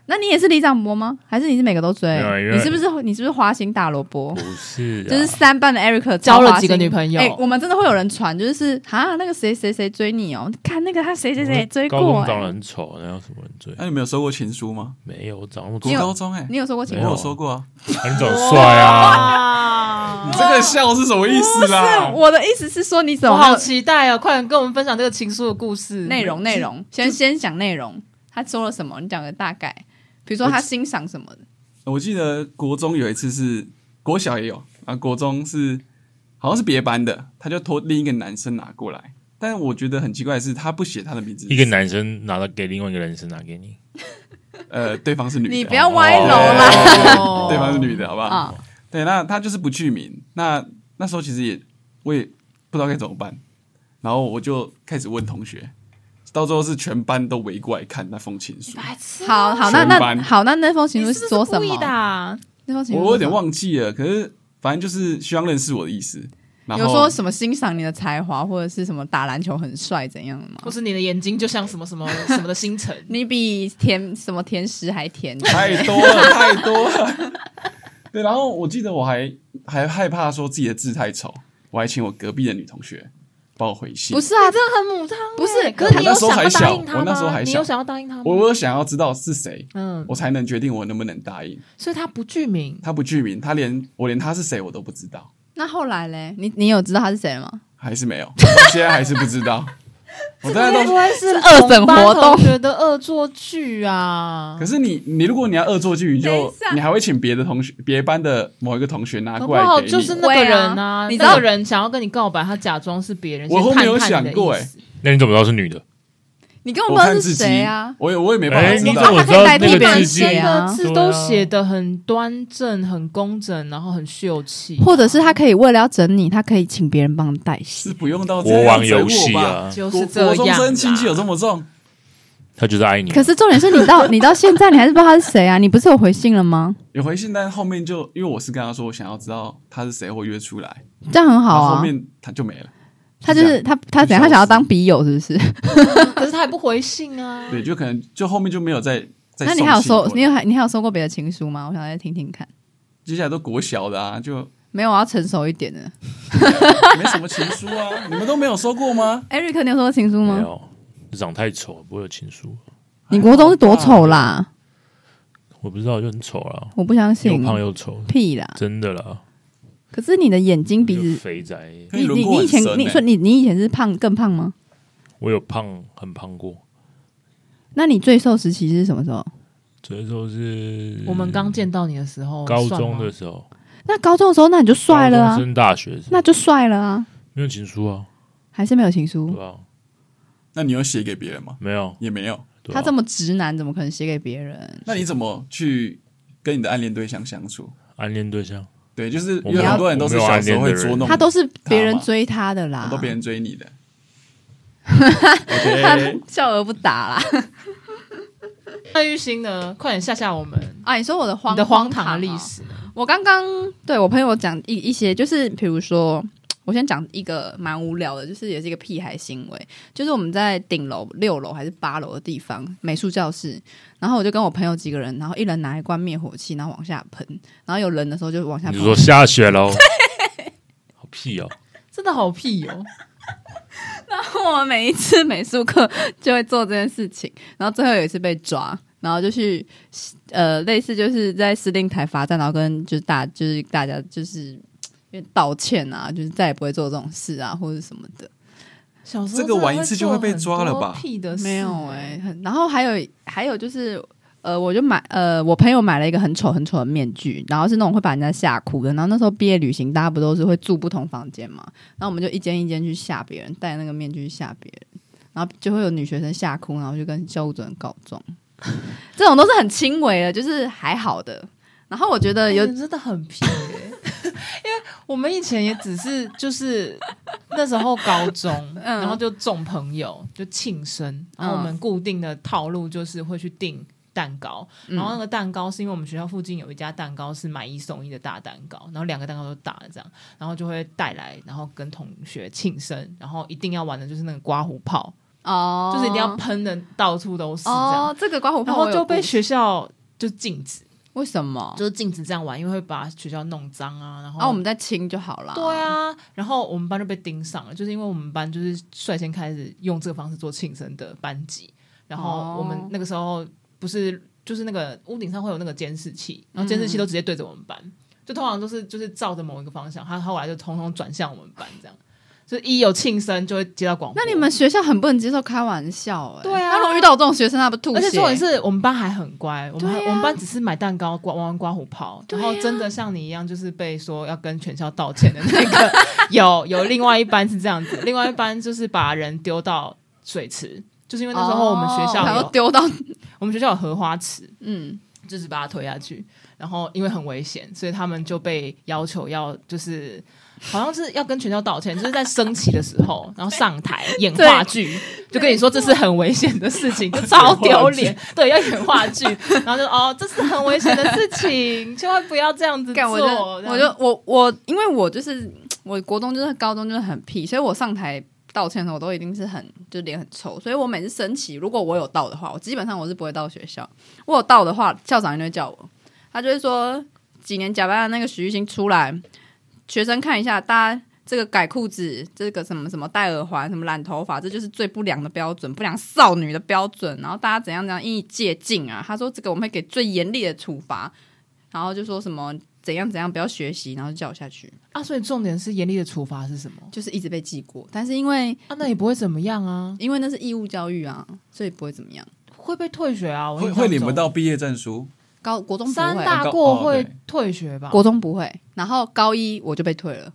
[SPEAKER 4] 那你也是李长博吗？还是你是每个都追
[SPEAKER 3] 没有啊因？为
[SPEAKER 4] 你是不是你是不是花心大萝卜
[SPEAKER 3] 不？是啊，
[SPEAKER 4] 就是三班的 Eric
[SPEAKER 1] 交了
[SPEAKER 4] 超花心
[SPEAKER 1] 几个女朋友
[SPEAKER 4] 哎、我们真的会有人传，就是啊，那个谁谁谁追你哦，看那个他谁谁谁也追
[SPEAKER 3] 高中
[SPEAKER 4] 过、
[SPEAKER 3] 长得
[SPEAKER 4] 哎
[SPEAKER 3] 很丑，那有什么人追
[SPEAKER 2] 那、？啊你们有收过情书吗？
[SPEAKER 3] 没有，我长那么
[SPEAKER 2] 国
[SPEAKER 3] 丑，
[SPEAKER 2] 高中哎、
[SPEAKER 4] 你有说过情
[SPEAKER 2] 我
[SPEAKER 3] 没
[SPEAKER 4] 况？
[SPEAKER 2] 有收过啊。
[SPEAKER 3] 啊你长得帅啊，
[SPEAKER 1] 啊
[SPEAKER 2] 你！这个笑是什么意思啊啦？
[SPEAKER 4] 我的意思哦是说，你怎
[SPEAKER 1] 我
[SPEAKER 4] 么没
[SPEAKER 1] 好
[SPEAKER 4] 有
[SPEAKER 1] 期待哦！快点跟我们分享这个情书的故事
[SPEAKER 4] 内容内容？先先讲内容，他说了什么？你讲个大概，比如说他欣赏什么的。
[SPEAKER 2] 我记得国中有一次是国小也有啊，国中是好像是别班的，他就托另一个男生拿过来，但我觉得很奇怪的是，他不写他的名字，
[SPEAKER 3] 一个男生拿到给另外一个男生拿给你，
[SPEAKER 2] 呃，对方是女的，
[SPEAKER 4] 你不要歪楼啦！
[SPEAKER 1] 哦
[SPEAKER 2] 对方是女的，好不好？
[SPEAKER 4] 啊
[SPEAKER 2] 对，那他就是不具名。那那时候其实也我也不知道该怎么办，然后我就开始问同学，到最后是全班都围过来看那封情书。
[SPEAKER 4] 好好，那
[SPEAKER 2] 全班
[SPEAKER 4] 那好，那那封情
[SPEAKER 1] 哦你
[SPEAKER 4] 书
[SPEAKER 1] 是
[SPEAKER 4] 说
[SPEAKER 1] 不是
[SPEAKER 4] 什
[SPEAKER 1] 故意的
[SPEAKER 4] 么？
[SPEAKER 1] 啊？
[SPEAKER 4] 那封情书
[SPEAKER 2] 我
[SPEAKER 4] 说
[SPEAKER 2] 有点
[SPEAKER 4] 什么，
[SPEAKER 2] 忘记了，可是反正就是希望认识我的意思。然后
[SPEAKER 4] 有说什么欣赏你的才华，或者是什么打篮球很帅怎样的吗？？
[SPEAKER 1] 或是你的眼睛就像什么什么什么的星辰
[SPEAKER 4] 你比甜什么甜食还甜？
[SPEAKER 2] 太多了，太多了。 对，然后我记得我还还害怕说自己的字太丑，我还请我隔壁的女同学帮我回信。
[SPEAKER 4] 不是啊，这
[SPEAKER 1] 这很母汤欸、
[SPEAKER 4] 不是
[SPEAKER 1] 可是
[SPEAKER 2] 我
[SPEAKER 1] 你
[SPEAKER 2] 那
[SPEAKER 1] 有
[SPEAKER 2] 时候
[SPEAKER 1] 想
[SPEAKER 2] 还
[SPEAKER 1] 要答
[SPEAKER 2] 小
[SPEAKER 1] 应他吗？
[SPEAKER 2] 我那时候还
[SPEAKER 1] 你
[SPEAKER 2] 小
[SPEAKER 1] 有想要答应他吗？
[SPEAKER 2] 我有想要知道是谁，
[SPEAKER 1] 嗯，
[SPEAKER 2] 我才能决定我能不能答应。
[SPEAKER 1] 所以他不具名，
[SPEAKER 2] 他不具名，他连我连他是谁我都不知道，
[SPEAKER 4] 那后来嘞，你你有知道他是谁吗？
[SPEAKER 2] 还是没有，我现在还是不知道。我真的啊都，
[SPEAKER 1] 会是
[SPEAKER 4] 二等活动
[SPEAKER 1] 觉得恶作剧啊
[SPEAKER 2] 可？是你你如果你要恶作剧，你
[SPEAKER 4] 等
[SPEAKER 2] 就
[SPEAKER 4] 一下
[SPEAKER 2] 你还会请别的同学、别班的某一个同学拿
[SPEAKER 1] 搞不
[SPEAKER 2] 过来
[SPEAKER 1] 好
[SPEAKER 2] 给你。
[SPEAKER 1] 就是那个人啊，
[SPEAKER 4] 对啊你知道
[SPEAKER 1] 那个人想要跟你告白，他假装是别人，
[SPEAKER 2] 我后面有
[SPEAKER 1] 先探探你的
[SPEAKER 2] 想过欸
[SPEAKER 1] 意思
[SPEAKER 3] 那你怎么知道是女的？
[SPEAKER 4] 你根本
[SPEAKER 2] 我
[SPEAKER 4] 不知道
[SPEAKER 2] 看
[SPEAKER 4] 是
[SPEAKER 2] 自己
[SPEAKER 4] 谁啊，？
[SPEAKER 2] 我也我也没
[SPEAKER 3] 哎
[SPEAKER 2] 办法
[SPEAKER 3] 你
[SPEAKER 2] 知
[SPEAKER 3] 怎
[SPEAKER 2] 道
[SPEAKER 3] 么。
[SPEAKER 4] 他
[SPEAKER 3] 知
[SPEAKER 4] 可以
[SPEAKER 3] 道
[SPEAKER 4] 代替
[SPEAKER 3] 那
[SPEAKER 4] 别
[SPEAKER 3] 个
[SPEAKER 4] 人
[SPEAKER 3] 字迹
[SPEAKER 1] 真
[SPEAKER 4] 写
[SPEAKER 1] 的
[SPEAKER 4] 啊
[SPEAKER 1] 字都写的很端正、很工整，然后很秀气，
[SPEAKER 4] 或者是他可以为了要整你，他可以请别人帮你代写
[SPEAKER 2] 是。不用到这
[SPEAKER 3] 国
[SPEAKER 2] 样
[SPEAKER 3] 王
[SPEAKER 2] 整
[SPEAKER 3] 游
[SPEAKER 2] 我
[SPEAKER 3] 戏
[SPEAKER 2] 吧
[SPEAKER 3] 啊，
[SPEAKER 1] 就是
[SPEAKER 2] 国
[SPEAKER 1] 这
[SPEAKER 2] 国中
[SPEAKER 1] 样啦。
[SPEAKER 2] 生亲戚有这么重？
[SPEAKER 3] 他就是爱你。
[SPEAKER 4] 可是重点是 你到你到现在你还是不知道他是谁啊？你不是有回信了吗？
[SPEAKER 2] 有回信，但后面就因为我是跟他说我想要知道他是谁，会约出来，
[SPEAKER 4] 这样很好
[SPEAKER 2] 然后后
[SPEAKER 4] 啊。
[SPEAKER 2] 面他就没了。
[SPEAKER 4] 他就是他他怎样？他想要当笔友是不是？
[SPEAKER 1] 可是他也不回信啊。
[SPEAKER 2] 对，就可能就后面就没有再再。
[SPEAKER 4] 那你还有收你有还你还有收过别的情书吗？我想再听听看。
[SPEAKER 2] 接下来都国小的啊，就
[SPEAKER 4] 没有，我要成熟一点的。
[SPEAKER 2] 没什么情书啊，你们都没有收过吗？
[SPEAKER 4] Eric，你有收过情书
[SPEAKER 3] 没
[SPEAKER 4] 吗？
[SPEAKER 3] 有，长太丑，不会有情书。
[SPEAKER 4] 你国中是多
[SPEAKER 2] 啊
[SPEAKER 4] 丑啦！
[SPEAKER 2] 哎
[SPEAKER 3] 我不知道，就很丑啦，
[SPEAKER 4] 我不相
[SPEAKER 3] 又
[SPEAKER 4] 信。
[SPEAKER 3] 胖又丑，
[SPEAKER 4] 屁啦！
[SPEAKER 3] 真的啦，
[SPEAKER 4] 可是你的眼睛、鼻
[SPEAKER 3] 就
[SPEAKER 4] 子，
[SPEAKER 3] 肥宅。
[SPEAKER 2] 可以
[SPEAKER 4] 你
[SPEAKER 2] 轮
[SPEAKER 4] 你
[SPEAKER 2] 廓
[SPEAKER 4] 你以
[SPEAKER 2] 很
[SPEAKER 4] 前
[SPEAKER 2] 深
[SPEAKER 4] 你
[SPEAKER 2] 欸
[SPEAKER 4] 说你你以前是胖更胖吗？
[SPEAKER 3] 我有胖，很胖过。
[SPEAKER 4] 那你最瘦时期是什么时候？
[SPEAKER 3] 所以说是
[SPEAKER 1] 我们刚见到你的时候，
[SPEAKER 3] 高
[SPEAKER 1] 算吗
[SPEAKER 3] 中的时候，
[SPEAKER 4] 那高中的时候，那你就帅了
[SPEAKER 3] 高
[SPEAKER 4] 啊
[SPEAKER 3] 中，升大学的时候
[SPEAKER 4] 那就帅了啊，
[SPEAKER 3] 没有情书啊，
[SPEAKER 4] 还是没有情
[SPEAKER 2] 啊
[SPEAKER 3] 对
[SPEAKER 4] 书？
[SPEAKER 3] 吧？
[SPEAKER 2] 那你有写给别人吗？
[SPEAKER 3] 没有，
[SPEAKER 2] 也没有。
[SPEAKER 3] 对
[SPEAKER 4] 他
[SPEAKER 3] 吧
[SPEAKER 4] 这么直男，怎么可能写给别人？
[SPEAKER 2] 啊那你怎么去跟你的暗恋对象相处？
[SPEAKER 3] 暗恋对象，
[SPEAKER 2] 对，就是
[SPEAKER 3] 我
[SPEAKER 2] 有
[SPEAKER 3] 没有
[SPEAKER 2] 很多人都是小时候会捉弄，
[SPEAKER 4] 他都是别
[SPEAKER 2] 他
[SPEAKER 4] 人
[SPEAKER 2] 嘛
[SPEAKER 4] 追他的啦，
[SPEAKER 2] 都别 人追你 的。
[SPEAKER 4] 他
[SPEAKER 2] OK，
[SPEAKER 4] 笑而不答啦。
[SPEAKER 1] 那玉兴呢？快点吓吓我们！
[SPEAKER 4] 啊，你说我的荒
[SPEAKER 1] 你的荒唐啊的
[SPEAKER 4] 哦
[SPEAKER 1] 历史，
[SPEAKER 4] 我刚刚对我朋友讲一一些，就是比如说，我先讲一个蛮无聊的，就是也是一个屁孩行为，就是我们在顶楼六楼还是八楼的地方美术教室，然后我就跟我朋友几个人，然后一人拿一罐灭火器，然后往下喷，然后有人的时候就往下
[SPEAKER 3] 你
[SPEAKER 4] 喷。
[SPEAKER 3] 说下雪 喽？好屁哦！
[SPEAKER 1] 真的好屁哦！
[SPEAKER 4] 我们每一次美术课就会做这件事情，然后最后有一次被抓，然后就去呃，类似就是在司令台罚站，然后跟就是大就是大家就是因为道歉啊，就是再也不会做这种事啊，或者什么的。
[SPEAKER 1] 小时候
[SPEAKER 2] 这个玩一次就会被抓了吧
[SPEAKER 1] 真的会做很多屁的事
[SPEAKER 4] 没有哎、
[SPEAKER 1] 哎、
[SPEAKER 4] 很然后还有还有就是。呃，我就买呃，我朋友买了一个很丑很丑的面具，然后是那种会把人家吓哭的。然后那时候毕业旅行，大家不都是会住不同房间嘛？然后我们就一间一间去吓别人，戴那个面具去吓别人，然后就会有女学生吓哭，然后就跟教务主任告状。 这种都是很轻微的，就是还好的。然后我觉得
[SPEAKER 1] 哎
[SPEAKER 4] 有
[SPEAKER 1] 你真的很屁哎、 因为我们以前也只是就是那时候高中，
[SPEAKER 4] 嗯
[SPEAKER 1] 然后就重朋友就庆生，然后我们固定的套路就是会去订。蛋糕，然后那个蛋糕是因为我们学校附近有一家蛋糕是买一送一的大蛋糕，然后两个蛋糕都大的这样，然后就会带来，然后跟同学庆生，然后一定要玩的就是那个刮胡泡，
[SPEAKER 4] 哦，
[SPEAKER 1] 就是一定要喷的到处都是这样，
[SPEAKER 4] 哦，这个刮
[SPEAKER 1] 然
[SPEAKER 4] 胡泡我
[SPEAKER 1] 后
[SPEAKER 4] 有
[SPEAKER 1] 就被
[SPEAKER 4] 故
[SPEAKER 1] 学校就禁止，
[SPEAKER 4] 为什么？
[SPEAKER 1] 就是禁止这样玩，因为会把学校弄脏啊。然后、
[SPEAKER 4] 然后我们再清就好了。
[SPEAKER 1] 对啊，然后我们班就被盯上了，就是因为我们班就是率先开始用这个方式做庆生的班级，然后
[SPEAKER 4] 哦
[SPEAKER 1] 我们那个时候不是就是那个屋顶上会有那个监视器，
[SPEAKER 4] 嗯
[SPEAKER 1] 然后监视器都直接对着我们班，就通常都是就是照着某一个方向，他后来就通通转向我们班这样，就是一有庆生就会接到广播。
[SPEAKER 4] 那你们学校很不能接受开玩笑哎、
[SPEAKER 1] 对啊
[SPEAKER 4] 那如果遇到我这种学生，他不吐血？
[SPEAKER 1] 而且重点是我们班还很乖，我们还、
[SPEAKER 4] 对啊
[SPEAKER 1] 我们班只是买蛋糕、刮玩玩刮胡泡，
[SPEAKER 4] 对
[SPEAKER 1] 然
[SPEAKER 4] 啊
[SPEAKER 1] 后真的像你一样，就是被说要跟全校道歉的那个。 有有另外一班是这样子，另外一班就是把人丢到水池，就是因为那时候我们学校
[SPEAKER 4] 哦然
[SPEAKER 1] 有、
[SPEAKER 4] 后丢到
[SPEAKER 1] 我们学校有荷花池，
[SPEAKER 4] 嗯，
[SPEAKER 1] 就是把他推下去，然后因为很危险，所以他们就被要求要就是。好像是要跟全校道歉，就是在升旗的时候，然后上台演话剧，就跟你说这是很危险的事情，就超丢脸。对，要演话剧，然后就哦，这是很危险的事情，千万不要这样子做。
[SPEAKER 4] 干我就我
[SPEAKER 1] 这样
[SPEAKER 4] 就我我，因为我就是我国中就是高中就是很屁，所以我上台道歉的时候，我都一定是很就脸很臭，所以我每次升旗，如果我有到的话，我基本上我是不会到学校，我有到的话，校长一定会叫我，他就会说几年假扮的那个徐玉兴出来，学生看一下，大家。这个改裤子，这个什么什么戴耳环，什么染头发，这就是最不良的标准，不良少女的标准。然后大家怎样怎样一一借鉴啊？他说这个我们会给最严厉的处罚，然后就说什么怎样怎样不要学习，然后就叫我下去，
[SPEAKER 1] 啊，所以重点是严厉的处罚是什么？
[SPEAKER 4] 就是一直被记过。但是因为
[SPEAKER 1] 啊，那也不会怎么样啊，
[SPEAKER 4] 因为那是义务教育啊，所以不会怎么样。
[SPEAKER 1] 会被退学啊，我
[SPEAKER 2] 会
[SPEAKER 1] 印象
[SPEAKER 2] 会领不
[SPEAKER 1] 中
[SPEAKER 2] 到毕业证书，
[SPEAKER 4] 高国中不
[SPEAKER 1] 三
[SPEAKER 4] 会，
[SPEAKER 1] 大
[SPEAKER 2] 高
[SPEAKER 1] 过
[SPEAKER 2] 哦
[SPEAKER 1] 会
[SPEAKER 2] 对
[SPEAKER 1] 退学吧？
[SPEAKER 4] 国中不会，然后高一我就被退了。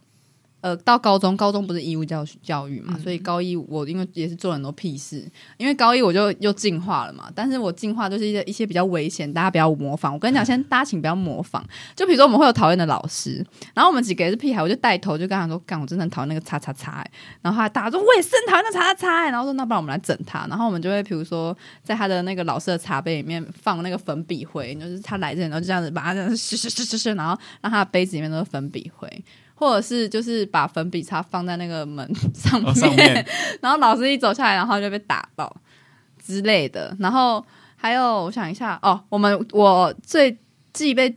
[SPEAKER 4] 呃，到高中，高中不是义务教教育
[SPEAKER 1] 嗯
[SPEAKER 4] 嘛，所以高一我因为也是做了很多屁事，因为高一我就又进化了嘛，但是我进化就是一些一些比较危险，大家不要模仿。我跟你讲，先大家请不要模仿。就比如说我们会有讨厌的老师，然后我们几个也是屁孩，我就带头就跟他说，干，我真的很讨厌那个叉叉叉、欸。然后他大家说我也是很讨厌那叉叉叉、欸，然后说那不然我们来整他，然后我们就会比如说在他的那个老师的茶杯里面放那个粉笔灰，就是他来这里然后就这样子把它这样咻咻咻咻咻，然后让他的杯子里面都是粉笔灰。或者是就是把粉笔擦放在那个门上 面，
[SPEAKER 2] 哦上面
[SPEAKER 4] 然后老师一走下来，然后就被打爆之类的。然后还有，我想一下哦，我们我最记被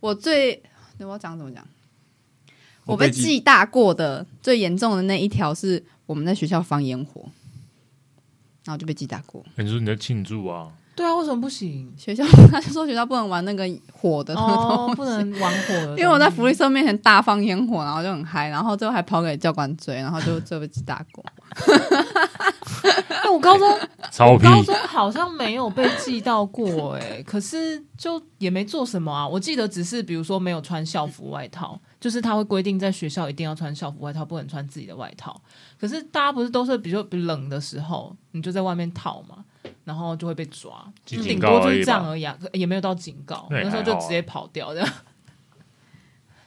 [SPEAKER 4] 我最我要讲怎么讲， 我被
[SPEAKER 2] 记
[SPEAKER 4] 记大过的最严重的那一条是我们在学校放烟火，然后就被记大过。
[SPEAKER 3] 欸你说你在庆祝啊？
[SPEAKER 1] 对啊，为什么不行？
[SPEAKER 4] 学校他就说学校不能玩那个火的那个东
[SPEAKER 1] 哦
[SPEAKER 4] 西，，
[SPEAKER 1] 不能玩火了，
[SPEAKER 4] 因为我在福利社面前大放烟火，然后就很嗨，然后最后还跑给教官追，然后就最后被记大过。
[SPEAKER 1] 哎，我高中
[SPEAKER 3] 超屁！
[SPEAKER 1] 高中好像没有被记到过哎、可是就也没做什么啊。我记得只是比如说没有穿校服外套，就是他会规定在学校一定要穿校服外套，不能穿自己的外套。可是大家不是都是比如说比冷的时候，你就在外面套嘛，然后就会被抓，
[SPEAKER 3] 记
[SPEAKER 1] 就
[SPEAKER 3] 警
[SPEAKER 1] 顶
[SPEAKER 3] 告
[SPEAKER 1] 多就
[SPEAKER 3] 而已
[SPEAKER 1] 是这样
[SPEAKER 3] 吧
[SPEAKER 1] 而已、啊，可也没有到警告，
[SPEAKER 3] 那也
[SPEAKER 1] 那时候
[SPEAKER 3] 还好
[SPEAKER 1] 就
[SPEAKER 3] 啊
[SPEAKER 1] 直接跑掉这样。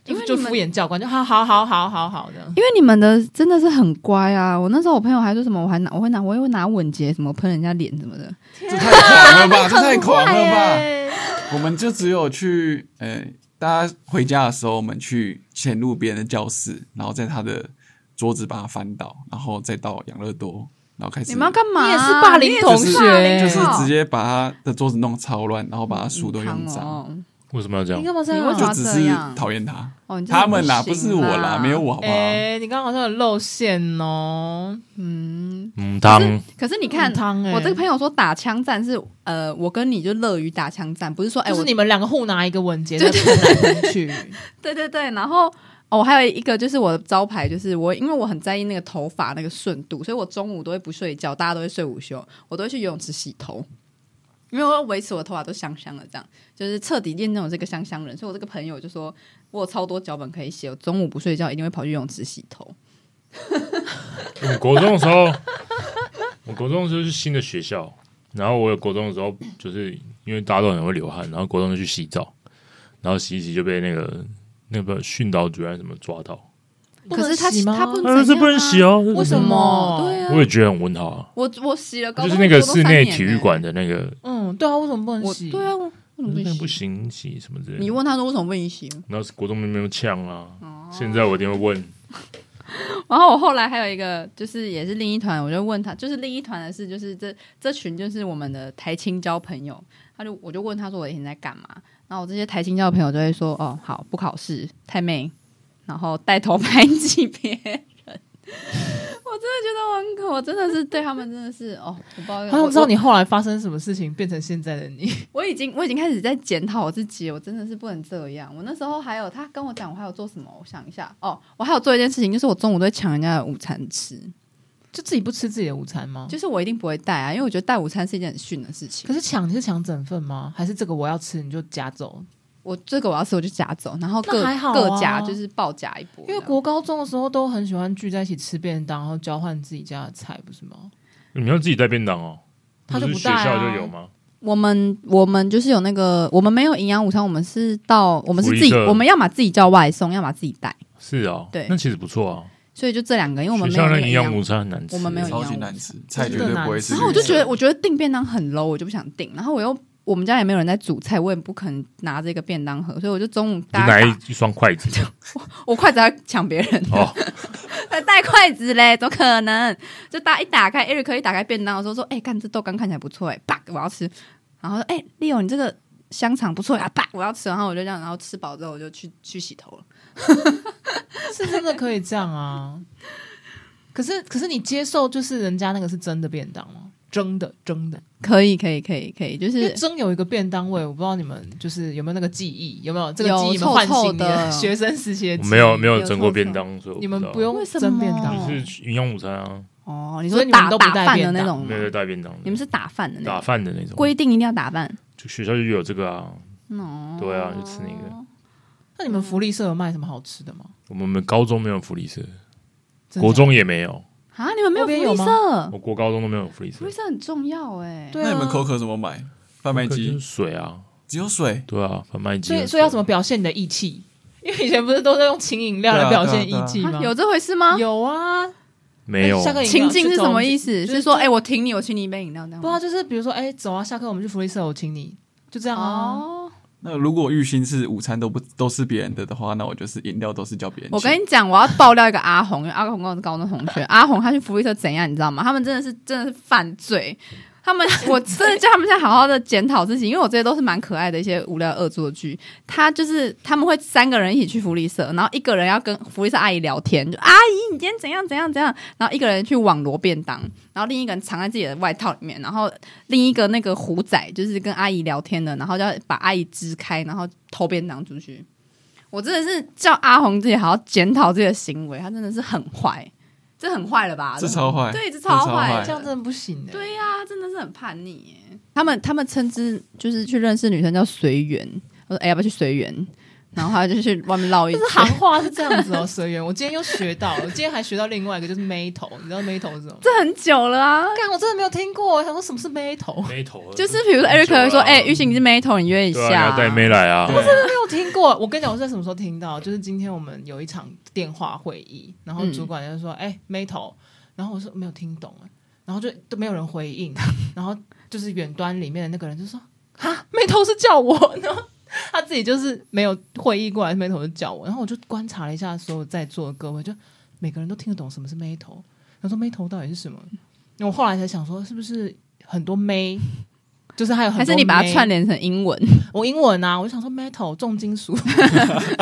[SPEAKER 4] 因为
[SPEAKER 1] 就
[SPEAKER 4] 你
[SPEAKER 1] 就
[SPEAKER 4] 们
[SPEAKER 1] 敷衍教官，就好好好好好好这样。
[SPEAKER 4] 因为你们的真的是很乖啊！我那时候我朋友还说什么，我还拿我会拿我又拿吻结什么喷人家脸什么的，
[SPEAKER 2] 这 太狂了吧！这太狂
[SPEAKER 4] 很
[SPEAKER 2] 了
[SPEAKER 4] 坏
[SPEAKER 2] 吧！
[SPEAKER 4] 耶
[SPEAKER 2] 我们就只有去，呃，大家回家的时候，我们去潜入别人的教室，然后在他的桌子把它翻倒，然后再到养乐多，然后开始
[SPEAKER 4] 你们要干嘛？
[SPEAKER 1] 你也是霸凌同学
[SPEAKER 4] 你也
[SPEAKER 2] 就是
[SPEAKER 4] 霸凌同学哦
[SPEAKER 2] 直接把他的桌子弄超乱，然后把他书都用
[SPEAKER 4] 很烫
[SPEAKER 2] 脏，
[SPEAKER 4] 哦
[SPEAKER 3] 为什么要这
[SPEAKER 1] 你
[SPEAKER 3] 样？
[SPEAKER 1] 干嘛这样
[SPEAKER 4] 你为
[SPEAKER 1] 啊？
[SPEAKER 4] 什么
[SPEAKER 2] 就只
[SPEAKER 4] 这
[SPEAKER 2] 是
[SPEAKER 4] 样
[SPEAKER 2] 讨厌他。
[SPEAKER 4] 哦，你真的
[SPEAKER 2] 他们啦，不是
[SPEAKER 4] 行
[SPEAKER 2] 我啦，没有我好不好？
[SPEAKER 1] 哎、你刚刚好像有露馅哦。
[SPEAKER 4] 嗯，
[SPEAKER 3] 嗯，当
[SPEAKER 4] 可是你看
[SPEAKER 1] 很烫欸
[SPEAKER 4] 我这个朋友说打枪战是呃，我跟你就乐于打枪战，不是说哎、
[SPEAKER 1] 就
[SPEAKER 4] 我
[SPEAKER 1] 是你们两个互拿一个吻结，
[SPEAKER 4] 对
[SPEAKER 1] 再互拿回去。
[SPEAKER 4] 对对对，然后哦，我还有一个就是我的招牌，就是我因为我很在意那个头发那个顺度，所以我中午都会不睡觉，大家都会睡午休，我都会去游泳池洗头，因为我要维持我的头发都香香的，这样就是彻底验证我这个香香人。所以我这个朋友就说我有超多脚本可以写，我中午不睡觉一定会跑去游泳池洗头。
[SPEAKER 3] 我国中的时候， 我国中的时候是新的学校，然后我有国中的时候，就是因为大家都很会流汗，然后国中就去洗澡，然后洗一洗就被那个那个训导主任什么抓到，
[SPEAKER 1] 不能
[SPEAKER 4] 可是他
[SPEAKER 1] 洗吗
[SPEAKER 4] 他不
[SPEAKER 3] 啊，
[SPEAKER 4] 能
[SPEAKER 3] 这不能洗
[SPEAKER 4] 哦。
[SPEAKER 3] 哦，
[SPEAKER 1] 为什么
[SPEAKER 4] 对啊，
[SPEAKER 3] 我也觉得很问号啊，
[SPEAKER 4] 我我洗了高
[SPEAKER 3] 就
[SPEAKER 4] 中，
[SPEAKER 3] 是那个
[SPEAKER 4] 我国中
[SPEAKER 3] 室内
[SPEAKER 4] 三年
[SPEAKER 3] 体育
[SPEAKER 4] 欸，
[SPEAKER 3] 馆的那个，
[SPEAKER 1] 嗯，对啊，为什么不能
[SPEAKER 4] 我
[SPEAKER 1] 洗？
[SPEAKER 4] 对啊，我为什么不
[SPEAKER 3] 嗯那
[SPEAKER 4] 能
[SPEAKER 3] 不
[SPEAKER 4] 洗？
[SPEAKER 3] 行洗什么之类的。
[SPEAKER 4] 你问哦他说为什么不能洗？
[SPEAKER 3] 然后是国中没有呛啊，现在我一定会问，
[SPEAKER 4] 然后我后来还有一个，就是也是另一团，我就问他，就是另一团的事，就是这这群就是我们的台青交朋友，他就我就问他说我以前在干嘛，然后我这些台青交的朋友就会说哦好不考试太妹，然后带头排挤别人，我真的觉得我很可，我真的是对他们真的是哦，我不知道，
[SPEAKER 1] 好想知道你后来发生什么事情，变成现在的你。
[SPEAKER 4] 我已经我已经开始在检讨我自己，我真的是不能这样。我那时候还有他跟我讲，我还有做什么？我想一下，哦，我还有做一件事情，就是我中午都会抢人家的午餐吃，
[SPEAKER 1] 就自己不吃自己的午餐吗？
[SPEAKER 4] 就是我一定不会带啊，因为我觉得带午餐是一件很逊的事情
[SPEAKER 1] 可。是抢你是抢整份吗？还是这个我要吃你就夹走？
[SPEAKER 4] 我这个我要吃我就夹走，然后各、
[SPEAKER 1] 那还好啊
[SPEAKER 4] 各夹就是爆夹一波这
[SPEAKER 1] 因
[SPEAKER 4] 样。
[SPEAKER 1] 为国高中的时候都很喜欢聚在一起吃便当，然后交换自己家的菜，不是吗？
[SPEAKER 3] 你们要自己带便当哦，
[SPEAKER 1] 他就
[SPEAKER 3] 不
[SPEAKER 1] 不
[SPEAKER 3] 是学
[SPEAKER 1] 带啊
[SPEAKER 3] 校就有吗？
[SPEAKER 4] 我们我们就是有那个，我们没有营养午餐，我们是到我们是自己
[SPEAKER 3] 福利，社
[SPEAKER 4] 我们要么自己叫外送，要么自己带，
[SPEAKER 3] 是哦，
[SPEAKER 4] 对
[SPEAKER 3] 那其实不错啊，
[SPEAKER 4] 所以就这两个，因为我们
[SPEAKER 3] 学
[SPEAKER 4] 没有
[SPEAKER 3] 校
[SPEAKER 4] 那
[SPEAKER 3] 那
[SPEAKER 4] 个
[SPEAKER 3] 营
[SPEAKER 4] 营
[SPEAKER 3] 养
[SPEAKER 4] 养
[SPEAKER 3] 午餐很难吃，
[SPEAKER 4] 我们没有
[SPEAKER 2] 超级
[SPEAKER 4] 营养
[SPEAKER 2] 难
[SPEAKER 4] 午
[SPEAKER 2] 吃
[SPEAKER 4] 餐，
[SPEAKER 2] 菜绝对不会吃。
[SPEAKER 4] 然后我就觉得，我觉得订便当很 low，我就不想订。然后我又我们家也没有人在煮菜，我也不肯拿这个便当盒，所以我就中午
[SPEAKER 3] 就
[SPEAKER 4] 大
[SPEAKER 3] 拿
[SPEAKER 4] 家
[SPEAKER 3] 一
[SPEAKER 4] 打
[SPEAKER 3] 一双筷 子
[SPEAKER 4] 我筷子还抢别人，
[SPEAKER 3] 哦，
[SPEAKER 4] 还呃带筷子嘞，怎么可能？就大家一打开，Eric 一打开便当的时候说：“哎、看这豆干看起来不错哎、啪，我要吃。”然后说：“哎、l e o 你这个香肠不错呀、啪，我要吃。”然后我就这样，然后吃饱之后我就去去洗头了。
[SPEAKER 1] 是真的可以这样啊。 可是可是你接受就是人家那个是真的便当吗？蒸的蒸的，
[SPEAKER 4] 可以，可以，可以，可以，就
[SPEAKER 1] 因为
[SPEAKER 4] 是
[SPEAKER 1] 蒸有一个便当味，我不知道你们就是有没有那个记忆，有没有这个
[SPEAKER 4] 有
[SPEAKER 1] 记忆？你们唤
[SPEAKER 4] 臭
[SPEAKER 1] 醒
[SPEAKER 4] 臭
[SPEAKER 1] 你
[SPEAKER 4] 的
[SPEAKER 1] 的 学生时期的
[SPEAKER 3] 我
[SPEAKER 1] 记忆？
[SPEAKER 3] 没有没有
[SPEAKER 4] 有
[SPEAKER 3] 蒸
[SPEAKER 4] 错
[SPEAKER 3] 过
[SPEAKER 4] 错
[SPEAKER 3] 便当，所以我
[SPEAKER 1] 你们
[SPEAKER 3] 知道
[SPEAKER 1] 不用
[SPEAKER 4] 为什么
[SPEAKER 1] 蒸便当
[SPEAKER 4] 就
[SPEAKER 3] 就是营养午餐啊，
[SPEAKER 4] 哦，你
[SPEAKER 1] 所
[SPEAKER 4] 说
[SPEAKER 1] 以你们
[SPEAKER 4] 打
[SPEAKER 1] 都不
[SPEAKER 4] 打
[SPEAKER 1] 带
[SPEAKER 4] 饭的
[SPEAKER 1] 便
[SPEAKER 4] 那
[SPEAKER 1] 当
[SPEAKER 4] 种吗
[SPEAKER 3] 没？有在带便当的，
[SPEAKER 4] 你们是打饭的那
[SPEAKER 3] 打
[SPEAKER 4] 种，
[SPEAKER 3] 饭的那种，
[SPEAKER 4] 规定一定要打饭。
[SPEAKER 3] 就学校就有这个啊，
[SPEAKER 4] 哦
[SPEAKER 3] 对啊，就吃那个。
[SPEAKER 1] 那你们福利社有卖什么好吃的吗？
[SPEAKER 3] 我们高中没有福利社，
[SPEAKER 4] 哦
[SPEAKER 1] 真的
[SPEAKER 3] 国
[SPEAKER 1] 假的
[SPEAKER 3] 中也没有，
[SPEAKER 4] 啊，你们没
[SPEAKER 1] 那
[SPEAKER 4] 有福
[SPEAKER 1] 边有
[SPEAKER 4] 利社，
[SPEAKER 3] 我国高中都没有福利社
[SPEAKER 4] 福利，社很重要哎、
[SPEAKER 1] 对啊，
[SPEAKER 2] 那你们口渴怎么买？贩卖
[SPEAKER 3] 就是
[SPEAKER 2] 机
[SPEAKER 3] 水啊，
[SPEAKER 2] 只有水，
[SPEAKER 3] 对啊，贩卖机
[SPEAKER 1] 所
[SPEAKER 3] 啊，
[SPEAKER 1] 以所以要怎么表现你的义气？因为以前不是都在用请饮料来表现义气吗
[SPEAKER 4] 啊？有这回事吗？
[SPEAKER 1] 有啊，
[SPEAKER 3] 没
[SPEAKER 4] 哎
[SPEAKER 3] 有
[SPEAKER 1] 下个饮料
[SPEAKER 4] 情境是什么意
[SPEAKER 1] 是
[SPEAKER 4] 思？
[SPEAKER 1] 就是是
[SPEAKER 4] 说，
[SPEAKER 1] 就
[SPEAKER 4] 哎、我请你，我请你一杯饮料，这
[SPEAKER 1] 从？
[SPEAKER 4] 样
[SPEAKER 1] 不知道，就是比如说，哎，走啊，下课我们去福利社，我请你，就这样啊。
[SPEAKER 4] 哦，
[SPEAKER 2] 那如果玉鑫是午餐都不都是别人的的话，那我就是饮料都是叫别人请。
[SPEAKER 4] 我跟你讲，我要爆料一个阿红，因为阿红跟我是高中同学。 阿红他去福利社怎样，你知道吗？他们真的是真的是犯罪。他们，我真的叫他们现在好好的检讨自己，因为我这些都是蛮可爱的一些无聊恶作剧。他就是他们会三个人一起去福利社，然后一个人要跟福利社阿姨聊天，就阿姨你今天怎样怎样怎样，然后一个人去网罗便当，然后另一个人藏在自己的外套里面，然后另一个那个虎仔就是跟阿姨聊天的，然后就要把阿姨支开，然后偷便当出去。我真的是叫阿红自己好好检讨自己的行为，他真的是很坏，这很坏了吧？
[SPEAKER 2] 这超坏，
[SPEAKER 4] 对，这
[SPEAKER 2] 超
[SPEAKER 4] 超
[SPEAKER 2] 坏
[SPEAKER 4] 坏，
[SPEAKER 1] 这样真的不行欸的、
[SPEAKER 4] 对呀、真的是很叛逆耶。他们他们称之就是去认识女生叫随缘，我说哎、要不要去随缘？然后他就去外面绕一
[SPEAKER 1] 就
[SPEAKER 4] 圈
[SPEAKER 1] 是，行话是这样子哦，随缘。我今天又学到了，我今天还学到另外一个，就是妹头，你知道妹头是什么吗？
[SPEAKER 4] 这很久了啊。
[SPEAKER 1] 干，我真的没有听过，想说什么是妹头，
[SPEAKER 3] 没头，
[SPEAKER 4] 就是比如说 Eric 会说，哎、玉鑫你是 m e t 你约一
[SPEAKER 3] 对啊，你
[SPEAKER 4] 下
[SPEAKER 3] 要。带妹来啊，
[SPEAKER 2] 对
[SPEAKER 1] 没有听过。我跟你讲，我是在什么时候听到？就是今天我们有一场电话会议，然后主管就说：“哎、妹头。”然后我说没有听懂哎，然后就都没有人回应，然后就是远端里面的那个人就说：“啊，妹头是叫我。”然后他自己就是没有会意过来，妹头就叫我。然后我就观察了一下所有在座的各位，就每个人都听得懂什么是妹头。他说妹头到底是什么？那我后来才想说，是不是很多妹？就是还有很
[SPEAKER 4] 还
[SPEAKER 1] 多
[SPEAKER 4] 是你把它
[SPEAKER 1] 妹
[SPEAKER 4] 串联成英文，
[SPEAKER 1] 我英文啊，我就想说 metal 重金属。我说